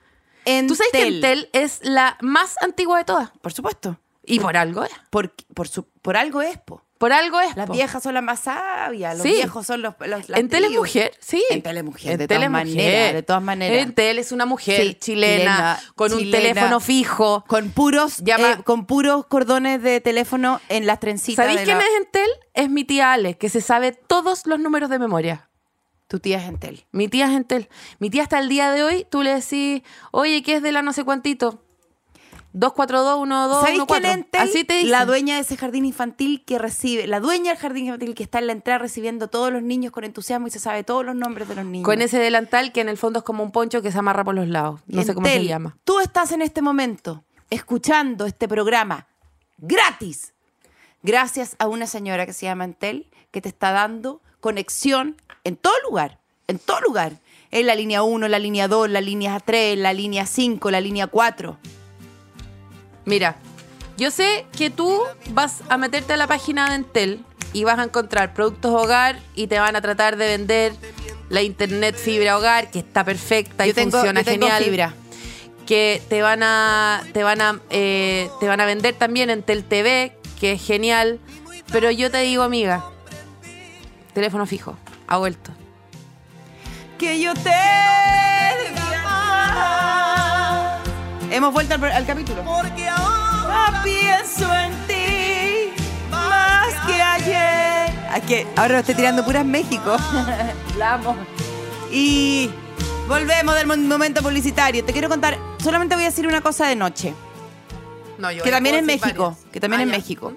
S4: Entel.
S2: Tú sabes que
S4: Entel.
S2: Entel es la más antigua de todas.
S4: Por supuesto.
S2: Y por algo es.
S4: Por, por, su- por algo es, po.
S2: Por algo es.
S4: Las
S2: po.
S4: viejas son las más sabias, los
S2: Sí.
S4: viejos son los. los las
S2: en Entel es
S4: tribus.
S2: mujer, sí.
S4: En Tele mujer, de
S2: Entel
S4: todas
S2: es mujer.
S4: maneras. De todas maneras.
S2: Entel es una mujer
S4: Sí,
S2: chilena, con
S4: chilena,
S2: un teléfono fijo.
S4: Con puros,
S2: Llama-
S4: eh, con puros cordones de teléfono en las trencitas.
S2: ¿Sabéis
S4: de
S2: quién
S4: la-
S2: es Entel? Es mi tía Ale, que se sabe todos los números de memoria.
S4: Tu tía es Entel.
S2: Mi tía es Entel. Mi tía hasta el día de hoy, tú le decís, oye, ¿qué es de la no sé cuántito? 2421214.
S4: ¿Sabéis quién es Entel?
S2: Así te dicen.
S4: La dueña de ese jardín infantil que recibe, la dueña del jardín infantil que está en la entrada recibiendo todos los niños con entusiasmo y se sabe todos los nombres de los niños.
S2: Con ese delantal que en el fondo es como un poncho que se amarra por los lados. No sé cómo se
S4: Entel,
S2: llama.
S4: Tú estás en este momento escuchando este programa gratis. Gracias a una señora que se llama Entel que te está dando conexión en todo lugar, en todo lugar. en la línea 1, la línea 2, la línea 3, la línea 5, la línea 4.
S2: Mira, yo sé que tú vas a meterte a la página de Entel y vas a encontrar productos hogar y te van a tratar de vender la internet fibra hogar, que está perfecta y
S4: Yo tengo-
S2: funciona
S4: yo tengo
S2: genial.
S4: fibra.
S2: Que te van a, te van a, eh, te van a vender también Entel TV, que es genial. Pero yo te digo, amiga, teléfono fijo, ha vuelto.
S4: Que yo te amaba. Hemos vuelto al, al capítulo. Porque ahora pienso en ti más que ayer. Es que ahora lo estoy tirando puras *laughs* México. La amo. Y volvemos del mon- momento publicitario. Te quiero contar, solamente voy a decir una cosa de noche.
S2: No, yo
S4: Que
S2: le
S4: también
S2: puedo
S4: en
S2: decir
S4: México,
S2: varias.
S4: que también
S2: Ah,
S4: en
S2: ya.
S4: México.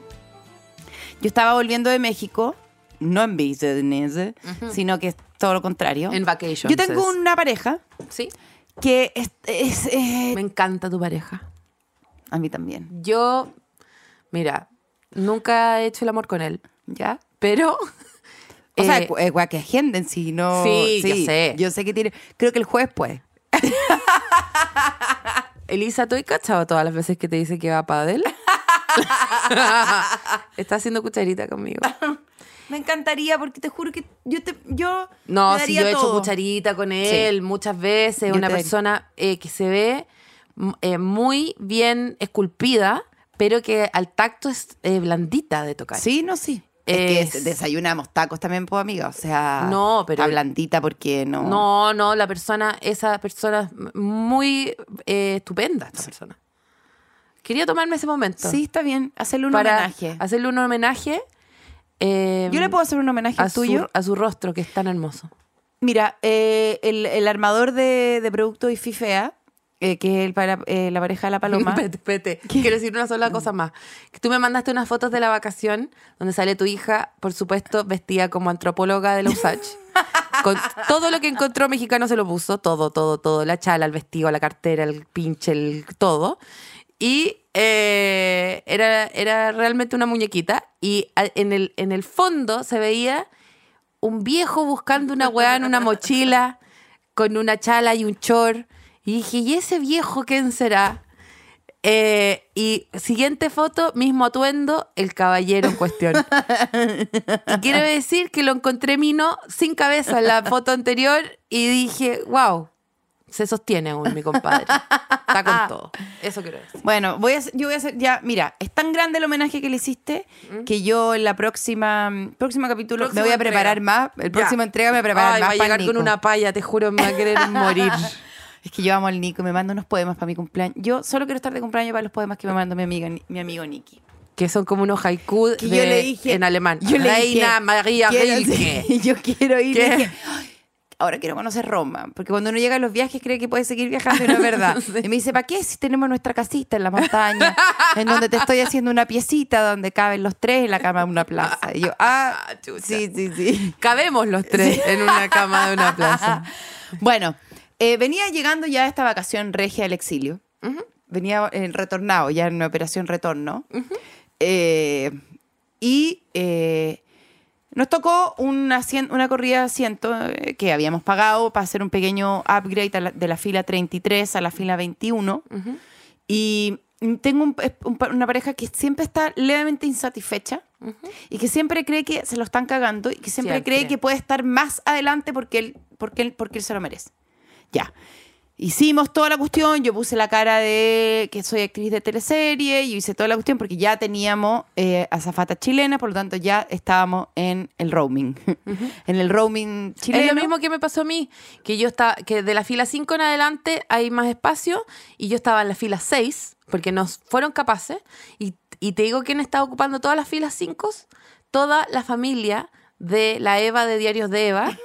S4: Yo estaba volviendo de México, no en business, sino que es todo lo contrario.
S2: En vacations.
S4: Yo tengo una pareja
S2: Sí.
S4: que es, es, eh,
S2: Me encanta tu pareja.
S4: a mí también.
S2: Yo, mira, nunca he hecho el amor con él,
S4: ¿Ya?
S2: pero.
S4: O sea,
S2: eh,
S4: cu- eh, guau, que agenden si no.
S2: sí, ya sé.
S4: Yo sé que tiene. Creo que el pues. jueves puede.
S2: Elisa, ¿tú has cachado todas las veces que te dice que va a Padel?
S4: *laughs*
S2: *laughs* Está haciendo cucharita conmigo.
S4: Me encantaría porque te juro que yo te. Yo
S2: No, sí, yo he hecho cucharita con él muchas veces.
S4: Yo
S2: una
S4: te-
S2: persona eh, que se ve mm, eh, muy bien esculpida, pero que al tacto es eh, blandita de tocar.
S4: Sí, no, sí. Es que
S2: Es-
S4: desayunamos tacos también, pues, amiga. O sea.
S2: No, pero-
S4: Está blandita porque no.
S2: No, no, la persona, esa persona es muy eh, estupenda, esta persona. Quería tomarme ese momento.
S4: Sí, está bien. Hacerle un
S2: para
S4: homenaje.
S2: hacerle un homenaje. eh,
S4: Yo le puedo hacer un homenaje
S2: a
S4: al
S2: su,
S4: tuyo.
S2: a su rostro, que es tan hermoso.
S4: Mira, eh, el, el armador de, de productos y FIFEA, eh, que es el para, eh, la pareja de
S2: *laughs*
S4: la paloma. *laughs*
S2: Espérate, espérate. Quiero decir una sola cosa más. Que tú me mandaste unas fotos de la vacación donde sale tu hija, por supuesto, vestida como antropóloga de la USACH.
S4: *laughs*
S2: Con todo lo que encontró mexicano se lo puso, todo, todo, todo. La chala, el vestido, la cartera, el pinche, el todo. Y eh, era, era realmente una muñequita. Y a- en el, en el fondo se veía un viejo buscando una weá en una mochila con una chala y un chor. Y dije, ¿y ese viejo quién será? Eh, y siguiente foto, mismo atuendo, el caballero en cuestión. Y quiero decir que lo encontré mino sin cabeza en la foto anterior y dije, wow, se sostiene aún mi compadre. Está con todo. Eso quiero decir.
S4: Bueno, voy a, hacer- yo voy a hacer ya, mira, es tan grande el homenaje que le hiciste que yo en la próxima mm, próximo capítulo
S2: Mm. Próxima
S4: me voy a
S2: entrega.
S4: preparar más,
S2: Ya.
S4: el próximo entrega me voy a preparar
S2: Ay,
S4: más
S2: va a
S4: para
S2: llegar
S4: el
S2: con
S4: Nico.
S2: una palla, te juro, me va a querer morir.
S4: *laughs* Es que yo amo al Nico, me manda unos poemas para mi cumpleaños. Yo solo quiero estar de cumpleaños para los poemas que me manda mi amiga mi amigo Nicky.
S2: Que son como unos haiku
S4: Que
S2: de-
S4: yo le dije
S2: en alemán.
S4: yo le
S2: Reina
S4: dije,
S2: María
S4: quiero- *laughs*
S2: Rilke. *laughs*
S4: sí, yo quiero ir.
S2: ¿Qué?
S4: le dije, "Ay, ahora quiero conocer Roma, porque cuando uno llega a los viajes cree que puede seguir viajando y no es *laughs* verdad. Y me dice, ¿para qué si tenemos nuestra casita en la montaña, en donde te estoy haciendo una piecita donde caben los tres en la cama de una plaza? Y yo, ah,
S2: Chucha.
S4: sí, sí, sí.
S2: Cabemos los tres en una cama de una
S4: *laughs*
S2: plaza.
S4: Bueno, eh, venía llegando ya esta vacación regia al exilio. Venía eh, retornado, ya en operación retorno. Eh, y eh, nos tocó una, una corrida de asiento eh, que habíamos pagado para hacer un pequeño upgrade a la- de la fila 33 a la fila 21. Y tengo un- es- un pa- una pareja que siempre está levemente insatisfecha y que siempre cree que se lo están cagando y que siempre,
S2: Siempre.
S4: cree que puede estar más adelante porque él, porque él, porque él se lo merece. Ya. Hicimos toda la cuestión, yo puse la cara de que soy actriz de teleserie, yo hice toda la cuestión porque ya teníamos eh, azafatas chilenas, por lo tanto ya estábamos en el roaming, *laughs* en el roaming chileno.
S2: Es lo mismo que me pasó a mí, que yo estaba, que de la fila 5 en adelante hay más espacio y yo estaba en la fila 6 porque nos fueron capaces y, y te digo quién estaba ocupando todas las filas 5, toda la familia de la Eva de Diarios de Eva,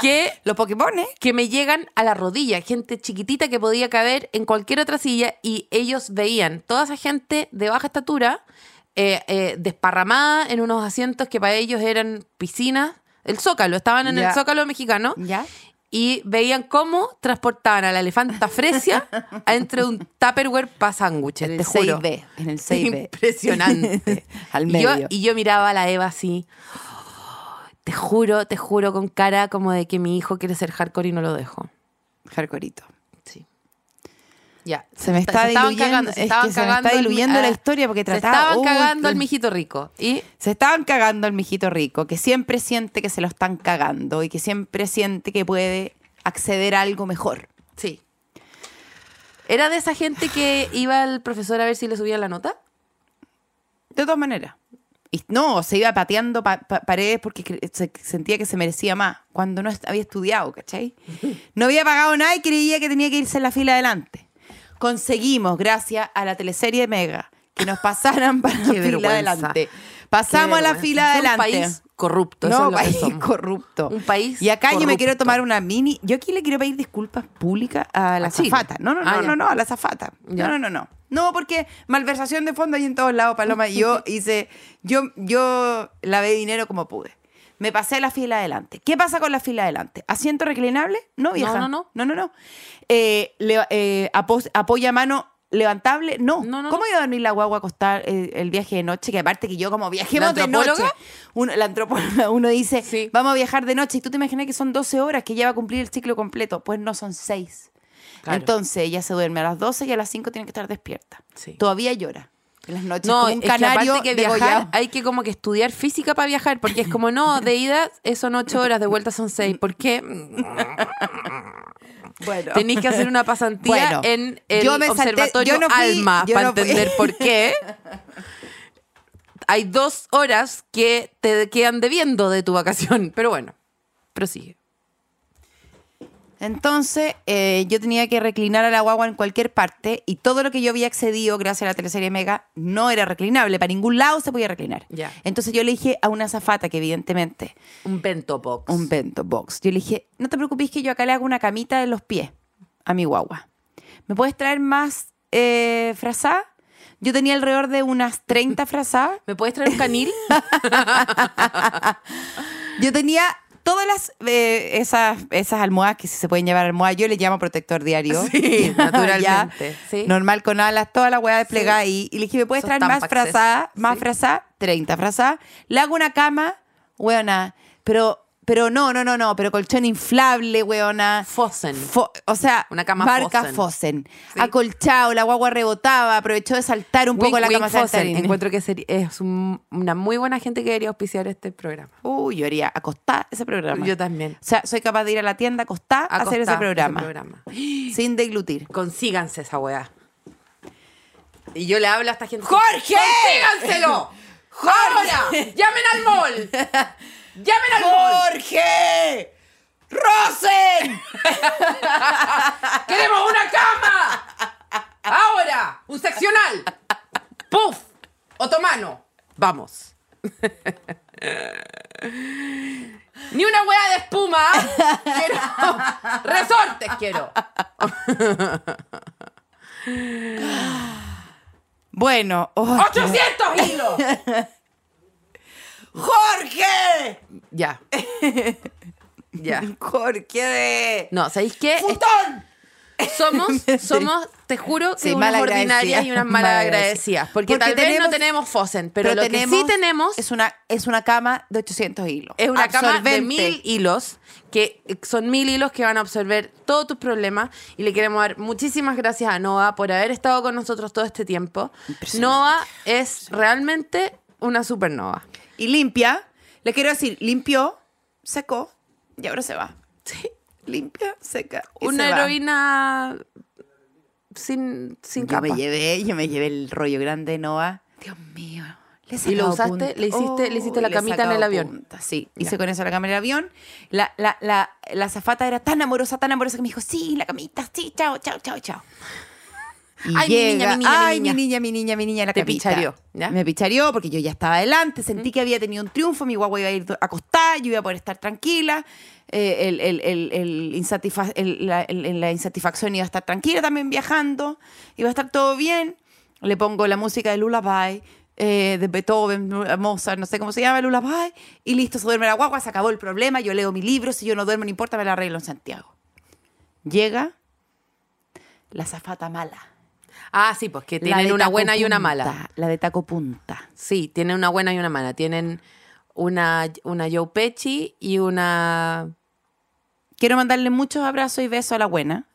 S2: que ¿eh?
S4: Los Pokémon,
S2: que me llegan a la rodilla, gente chiquitita que podía caber en cualquier otra silla y ellos veían toda esa gente de baja estatura eh, eh, desparramada en unos asientos que para ellos eran piscinas, el zócalo, estaban en
S4: Ya.
S2: el zócalo mexicano
S4: ¿ya?
S2: y veían cómo transportaban a la elefanta
S4: *laughs*
S2: fresia entre un tupperware para sándwiches, te juro.
S4: en el
S2: Impresionante.
S4: *laughs*
S2: *laughs*
S4: Al
S2: Y yo-
S4: medio.
S2: Y yo, miraba a la Eva así. "Oh, Te juro, te juro con cara como de que mi hijo quiere ser hardcore y no lo dejo.
S4: Hardcoreito.
S2: Sí. Ya.
S4: Se me está
S2: estaban
S4: diluyendo- es que se me está
S2: el-
S4: diluyendo la
S2: ah,
S4: historia porque trataba- Uh,
S2: Se estaban
S4: uy,
S2: cagando
S4: qué-
S2: al mijito rico. Y
S4: Se estaban cagando al mijito rico, que siempre siente que se lo están cagando y que siempre siente que puede acceder a algo mejor.
S2: sí. ¿Era de esa gente que iba al profesor a ver si le subía la nota?
S4: De todas maneras. Y no, se iba pateando pa- pa- paredes porque cre- se- sentía que se merecía más cuando no est- había estudiado, ¿cachai? No había pagado nada y creía que tenía que irse en la fila adelante. Conseguimos, gracias a la teleserie Mega, que nos pasaran para la
S2: *laughs* Qué
S4: fila
S2: vergüenza.
S4: adelante.
S2: Qué
S4: Pasamos a la
S2: vergüenza.
S4: fila
S2: Es
S4: adelante.
S2: Un país corrupto. eso
S4: No,
S2: es lo que
S4: país
S2: somos.
S4: corrupto.
S2: Un país
S4: Y acá yo me
S2: corrupto.
S4: quiero tomar una mini. Yo aquí le quiero pedir disculpas públicas a la
S2: ¿A Chile?
S4: zafata. No, no, no,
S2: Ah, ya.
S4: no, no, a la zafata.
S2: Ya.
S4: No, no, no, no. No, porque malversación de fondo hay en todos lados, Paloma. Y
S2: *laughs*
S4: Yo hice, yo, yo lavé dinero como pude. Me pasé la fila adelante. ¿Qué pasa con la fila adelante? ¿Asiento reclinable? No, vieja.
S2: No, no, no.
S4: No, no, no. Eh, le- eh, apos- apoya mano levantable, no.
S2: No, no,
S4: ¿Cómo
S2: no.
S4: iba a dormir la guagua a costar eh, el viaje de noche? Que aparte que yo como viajemos
S2: ¿La
S4: de noche.
S2: antropóloga?
S4: Uno, la antropóloga, uno dice,
S2: Sí.
S4: vamos a viajar de noche. Y tú te imaginas que son 12 horas que ella va a cumplir el ciclo completo. Pues no son 6.
S2: Claro.
S4: Entonces ella se duerme a las 12 y a las 5 tiene que estar despierta.
S2: Sí.
S4: Todavía llora. En las noches
S2: No,
S4: como
S2: es
S4: un
S2: que aparte
S4: canario
S2: que, viajar
S4: degollado.
S2: hay que como que estudiar física para viajar, porque es como, no, de ida son ocho horas, de vuelta son seis. ¿Por qué? *laughs*
S4: Bueno.
S2: Tenéis que hacer una pasantía
S4: Bueno,
S2: en el
S4: yo me salté-
S2: observatorio
S4: yo no fui-
S2: Alma
S4: yo
S2: para
S4: no fui.
S2: entender por
S4: *laughs*
S2: qué. Hay dos horas que te quedan debiendo de tu vacación, *laughs* pero bueno, prosigue.
S4: Entonces, eh, yo tenía que reclinar a la guagua en cualquier parte y todo lo que yo había accedido gracias a la teleserie Mega no era reclinable. Para ningún lado se podía reclinar.
S2: Ya.
S4: Entonces yo le dije a una zafata que evidentemente,
S2: Un bento box.
S4: un bento box, yo le dije, no te preocupes que yo acá le hago una camita de los pies a mi guagua. ¿Me puedes traer más eh, frazada? Yo tenía alrededor de unas
S2: *laughs*
S4: 30 frazadas.
S2: ¿Me puedes traer un
S4: *laughs*
S2: canil?
S4: Yo tenía todas las eh, esas, esas almohadas que si se pueden llevar almohadas, yo le llamo protector diario.
S2: Sí, naturalmente,
S4: *laughs* Ya,
S2: sí.
S4: Normal con alas, toda la hueá desplegada ahí. Y le dije, ¿me puedes
S2: Esos
S4: traer más
S2: tampaxes.
S4: frazada? Más
S2: Sí.
S4: frazada, 30 frazada. Le hago una cama, weona. Pero, pero no, no, no, no. Pero colchón inflable, weona.
S2: Fossen.
S4: Fo- o sea,
S2: Una cama
S4: marca
S2: Fossen.
S4: Fossen.
S2: Sí.
S4: Acolchado, la guagua rebotaba, aprovechó de saltar un
S2: Wink,
S4: poco la
S2: wink,
S4: cama
S2: Fossen.
S4: saltarín.
S2: Encuentro que sería- es un- una muy buena gente que debería auspiciar este programa.
S4: Uy, yo haría acostar ese programa.
S2: Yo también.
S4: O sea, soy capaz de ir a la tienda acostar a hacer ese
S2: Acostar
S4: programa,
S2: programa.
S4: *gasps* sin deglutir.
S2: Consíganse esa weá. Y yo le hablo a esta gente.
S4: ¡Jorge!
S2: ¡Consíganselo! ¡Ahora! ¡Llamen al mall! *laughs* ¡Llamen al mall!
S4: ¡Jorge! ¡Rosen!
S2: ¡Queremos una cama! ¡Ahora! ¡Un seccional! ¡Puf! ¡Otomano! Vamos. Ni una weá de espuma. *laughs* Quiero. Resortes quiero.
S4: Bueno, oh,
S2: ¡800 hilos!
S4: ¡Jorge!
S2: Ya. Ya.
S4: ¡Jorge de...
S2: No, ¿sabéis qué?
S4: ¡Putón! *laughs*
S2: Somos, somos, te juro que
S4: Sí,
S2: unas
S4: malagradecidas.
S2: ordinarias y unas malas agradecidas.
S4: Malagradecidas.
S2: Porque, tal
S4: Porque
S2: vez no
S4: tenemos-
S2: tenemos Fosen, pero, lo que sí tenemos
S4: Es
S2: es,
S4: una, es una cama de 800 hilos.
S2: una cama de
S4: Absorbente.
S2: mil hilos, que son mil hilos que van a absorber todos tus problemas. Y le queremos dar muchísimas gracias a Noah por haber estado con nosotros todo este tiempo. Noah es realmente una supernova.
S4: Y limpia. Le quiero decir, limpió, secó y ahora se va. *laughs*
S2: Sí.
S4: Limpia, seca y
S2: Una
S4: se va.
S2: heroína sin, sin
S4: Yo
S2: capa.
S4: me llevé, yo me llevé el rollo grande de Noah. Dios mío. le he
S2: ¿Y lo
S4: sacado
S2: usaste?
S4: punta.
S2: ¿Le hiciste- le hiciste la
S4: he
S2: camita en
S4: sacado
S2: el avión?
S4: punta, Sí,
S2: Ya.
S4: hice con eso la camita en el avión. La, la, la, la zafata era tan amorosa, tan amorosa que me dijo, sí, la camita, sí, chao, chao, chao, chao. Y
S2: Ay, mi niña, mi niña, mi
S4: ay,
S2: niña.
S4: mi niña, mi niña, mi niña, la
S2: Te
S4: camita.
S2: pichareó, ¿ya?
S4: Me pichareó porque yo ya estaba adelante, sentí que había tenido un triunfo, mi guagua iba a ir acostada, yo iba a poder estar tranquila, eh, el- el- el- el insatisfa- el- la, el- la insatisfacción iba a estar tranquila también viajando, iba a estar todo bien. Le pongo la música de Lullaby, eh, de Beethoven, Mozart, no sé cómo se llama, Lullaby, y listo, se duerme la guagua, se acabó el problema, yo leo mi libro, si yo no duermo, no importa, me la arreglo en Santiago. Llega la zafata mala.
S2: Ah, sí, pues que
S4: La
S2: tienen
S4: de
S2: una
S4: taco
S2: buena y una
S4: punta,
S2: mala.
S4: La de taco punta.
S2: Sí, tienen una buena y una mala. Tienen una, una Joe Pesci y una...
S4: Quiero mandarle muchos abrazos y besos a
S2: *laughs*
S4: la buena.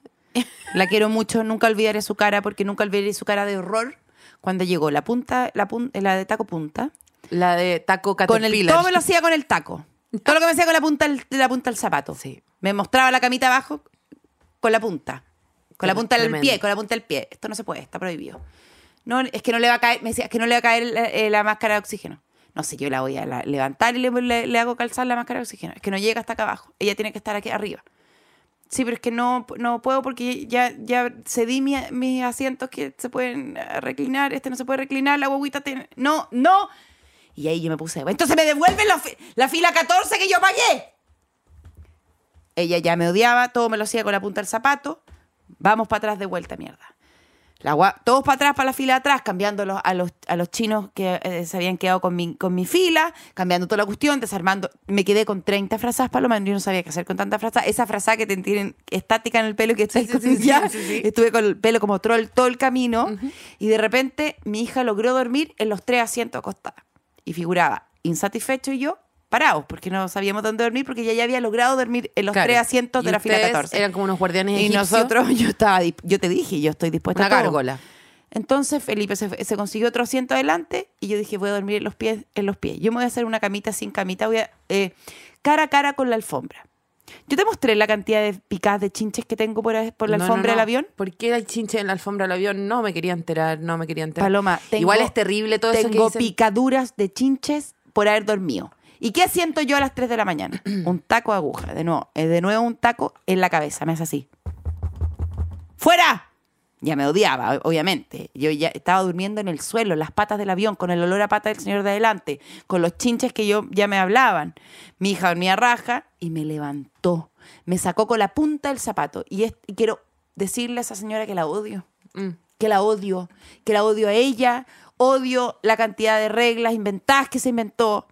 S4: La quiero mucho, nunca olvidaré su cara porque nunca olvidaré su cara de horror cuando llegó la punta, la, pun- la de taco punta.
S2: La de Taco
S4: Con el,
S2: Caterpillar.
S4: todo me lo hacía con el taco. Todo lo que me hacía con la punta del, de la punta del zapato.
S2: Sí.
S4: Me mostraba la camita abajo con la punta. Con la punta del
S2: Tremendo.
S4: pie, con la punta del pie. Esto no se puede, está prohibido. No, es que no le va a caer, me decía, es que no le va a caer la, eh, la máscara de oxígeno. No sé, yo la voy a la- levantar y le, le- le hago calzar la máscara de oxígeno. Es que no llega hasta acá abajo. Ella tiene que estar aquí arriba. Sí, pero es que no, no puedo porque ya, ya cedí mi- mis asientos que se pueden eh, reclinar, este no se puede reclinar, la guaguita tiene... No, no. Y ahí yo me puse... Entonces me devuelven la, fi- la fila 14 que yo pagué. Ella ya me odiaba, todo me lo hacía con la punta del zapato. Vamos para atrás de vuelta, mierda. La gua- todos para atrás, para la fila de atrás, cambiando los- a, los, a los chinos que eh, se habían quedado con mi, con mi fila, cambiando toda la cuestión, desarmando. Me quedé con 30 frazas, Paloma, yo no sabía qué hacer con tanta frazas. Esa frazada que te tienen estática en el pelo que estáis con-
S2: sí, sí,
S4: ya.
S2: sí, sí.
S4: Estuve con el pelo como troll todo el camino y de repente mi hija logró dormir en los tres asientos acostadas. Y figuraba insatisfecho y yo parados, porque no sabíamos dónde dormir, porque ella ya había logrado dormir en los
S2: Claro.
S4: tres asientos de
S2: Y
S4: la fila
S2: ustedes
S4: 14.
S2: Eran como unos guardianes
S4: Y
S2: egipcios. Pues
S4: nosotros, *laughs* yo estaba, di- yo te dije, yo estoy dispuesta
S2: Una
S4: a todo.
S2: gárgola.
S4: Entonces Felipe se, fue- se consiguió otro asiento adelante y yo dije, voy a dormir en los pies, en los pies. Yo me voy a hacer una camita sin camita, voy a eh, cara a cara con la alfombra. Yo te mostré la cantidad de picadas de chinches que tengo por, ahí- por la
S2: No, no,
S4: alfombra
S2: no.
S4: del avión.
S2: ¿Por qué el chinche en la alfombra del avión? No me quería enterar, no me quería enterar.
S4: Paloma, tengo-
S2: Igual es terrible todo eso que
S4: Tengo
S2: dicen.
S4: picaduras de chinches por haber dormido. ¿Y qué siento yo a las 3 de la
S2: *clears throat*
S4: mañana? un taco de aguja, de nuevo, eh, de nuevo un taco en la cabeza, me hace así. ¡Fuera! Ya me odiaba, o- obviamente. Yo ya estaba durmiendo en el suelo, en las patas del avión, con el olor a pata del señor de adelante, con los chinches que yo ya me hablaban. Mi hija dormía raja y me levantó. Me sacó con la punta del zapato. Y, es- y quiero decirle a esa señora que la odio
S2: Mm.
S4: que la odio, que la odio a ella, odio la cantidad de reglas inventadas que se inventó,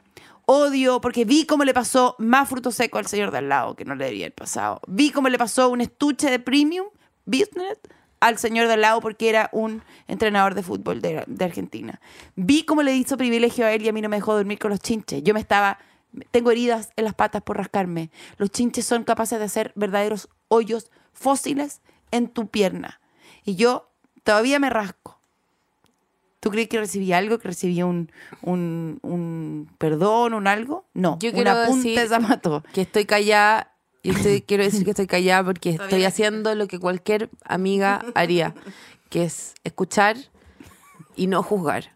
S4: odio porque vi cómo le pasó más fruto seco al señor de al lado, que no le debía el pasado, vi cómo le pasó un estuche de premium business al señor de al lado porque era un entrenador de fútbol de, de Argentina. Vi cómo le hizo privilegio a él y a mí no me dejó dormir con los chinches. Yo me estaba, tengo heridas en las patas por rascarme. Los chinches son capaces de hacer verdaderos hoyos fósiles en tu pierna. Y yo todavía me rasco. ¿Tú crees que recibí algo? ¿Que recibí un, un, un perdón, un algo? No,
S2: Yo quiero
S4: una punta
S2: decir-
S4: de zapato.
S2: *laughs* que estoy callada. Y estoy, quiero decir que estoy callada porque estoy haciendo lo que cualquier amiga haría, que es escuchar y no juzgar.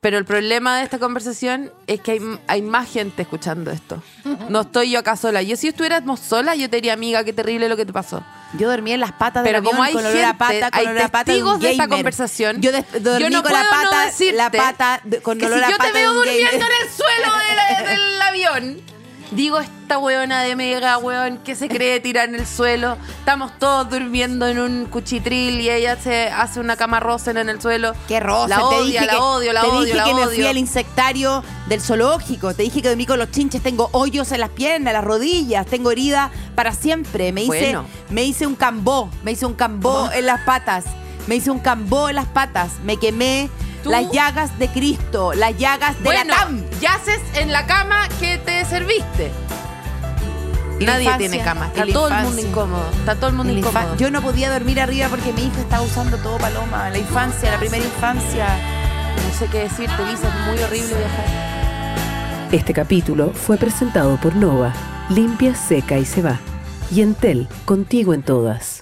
S2: Pero el problema de esta conversación es que hay, hay más gente escuchando esto. No estoy yo acá sola. Yo si estuviéramos sola, yo te diría, amiga, qué terrible lo que te pasó.
S4: Yo dormí en las patas del
S2: Pero
S4: avión
S2: como hay
S4: con olor a
S2: gente,
S4: pata, con
S2: hay
S4: olor a pata de un
S2: testigos de esta
S4: gamer.
S2: conversación,
S4: Yo des- dormí
S2: yo no
S4: con la
S2: puedo no
S4: pata, la
S2: decirte
S4: pata de- con
S2: que
S4: olor
S2: si
S4: a
S2: yo
S4: pata
S2: te veo
S4: de un
S2: durmiendo
S4: gamer.
S2: en el suelo de la- del avión. Digo, esta weona de mega weón que se cree tirar en el suelo. Estamos todos durmiendo en un cuchitril y ella se hace una cama rosa en el suelo.
S4: Qué rosa,
S2: La
S4: te
S2: odio,
S4: dije
S2: la
S4: que,
S2: odio, la
S4: te
S2: odio,
S4: dije
S2: la
S4: que me
S2: odio.
S4: fui al insectario del zoológico, te dije que dormí con los chinches, tengo hoyos en las piernas, las rodillas, tengo herida para siempre. Me hice,
S2: Bueno. Ah.
S4: me hice un cambó, me hice un cambó en las patas, me hice un cambó en las patas, me quemé
S2: Tú-
S4: las llagas de Cristo, las llagas de
S2: bueno,
S4: la TAM.
S2: yaces en la cama que te serviste.
S4: Y la
S2: Nadie
S4: infancia,
S2: tiene cama. Está
S4: y la
S2: todo el mundo
S4: infancia.
S2: incómodo. Está todo el mundo
S4: En la
S2: incómodo.
S4: infan- Yo no podía dormir arriba porque mi hija estaba usando todo paloma, la infancia, la primera infancia.
S2: no sé qué decirte, Lisa. Es muy horrible viajar.
S1: Este capítulo fue presentado por Nova, limpia, seca y se va. Y Entel, contigo en todas.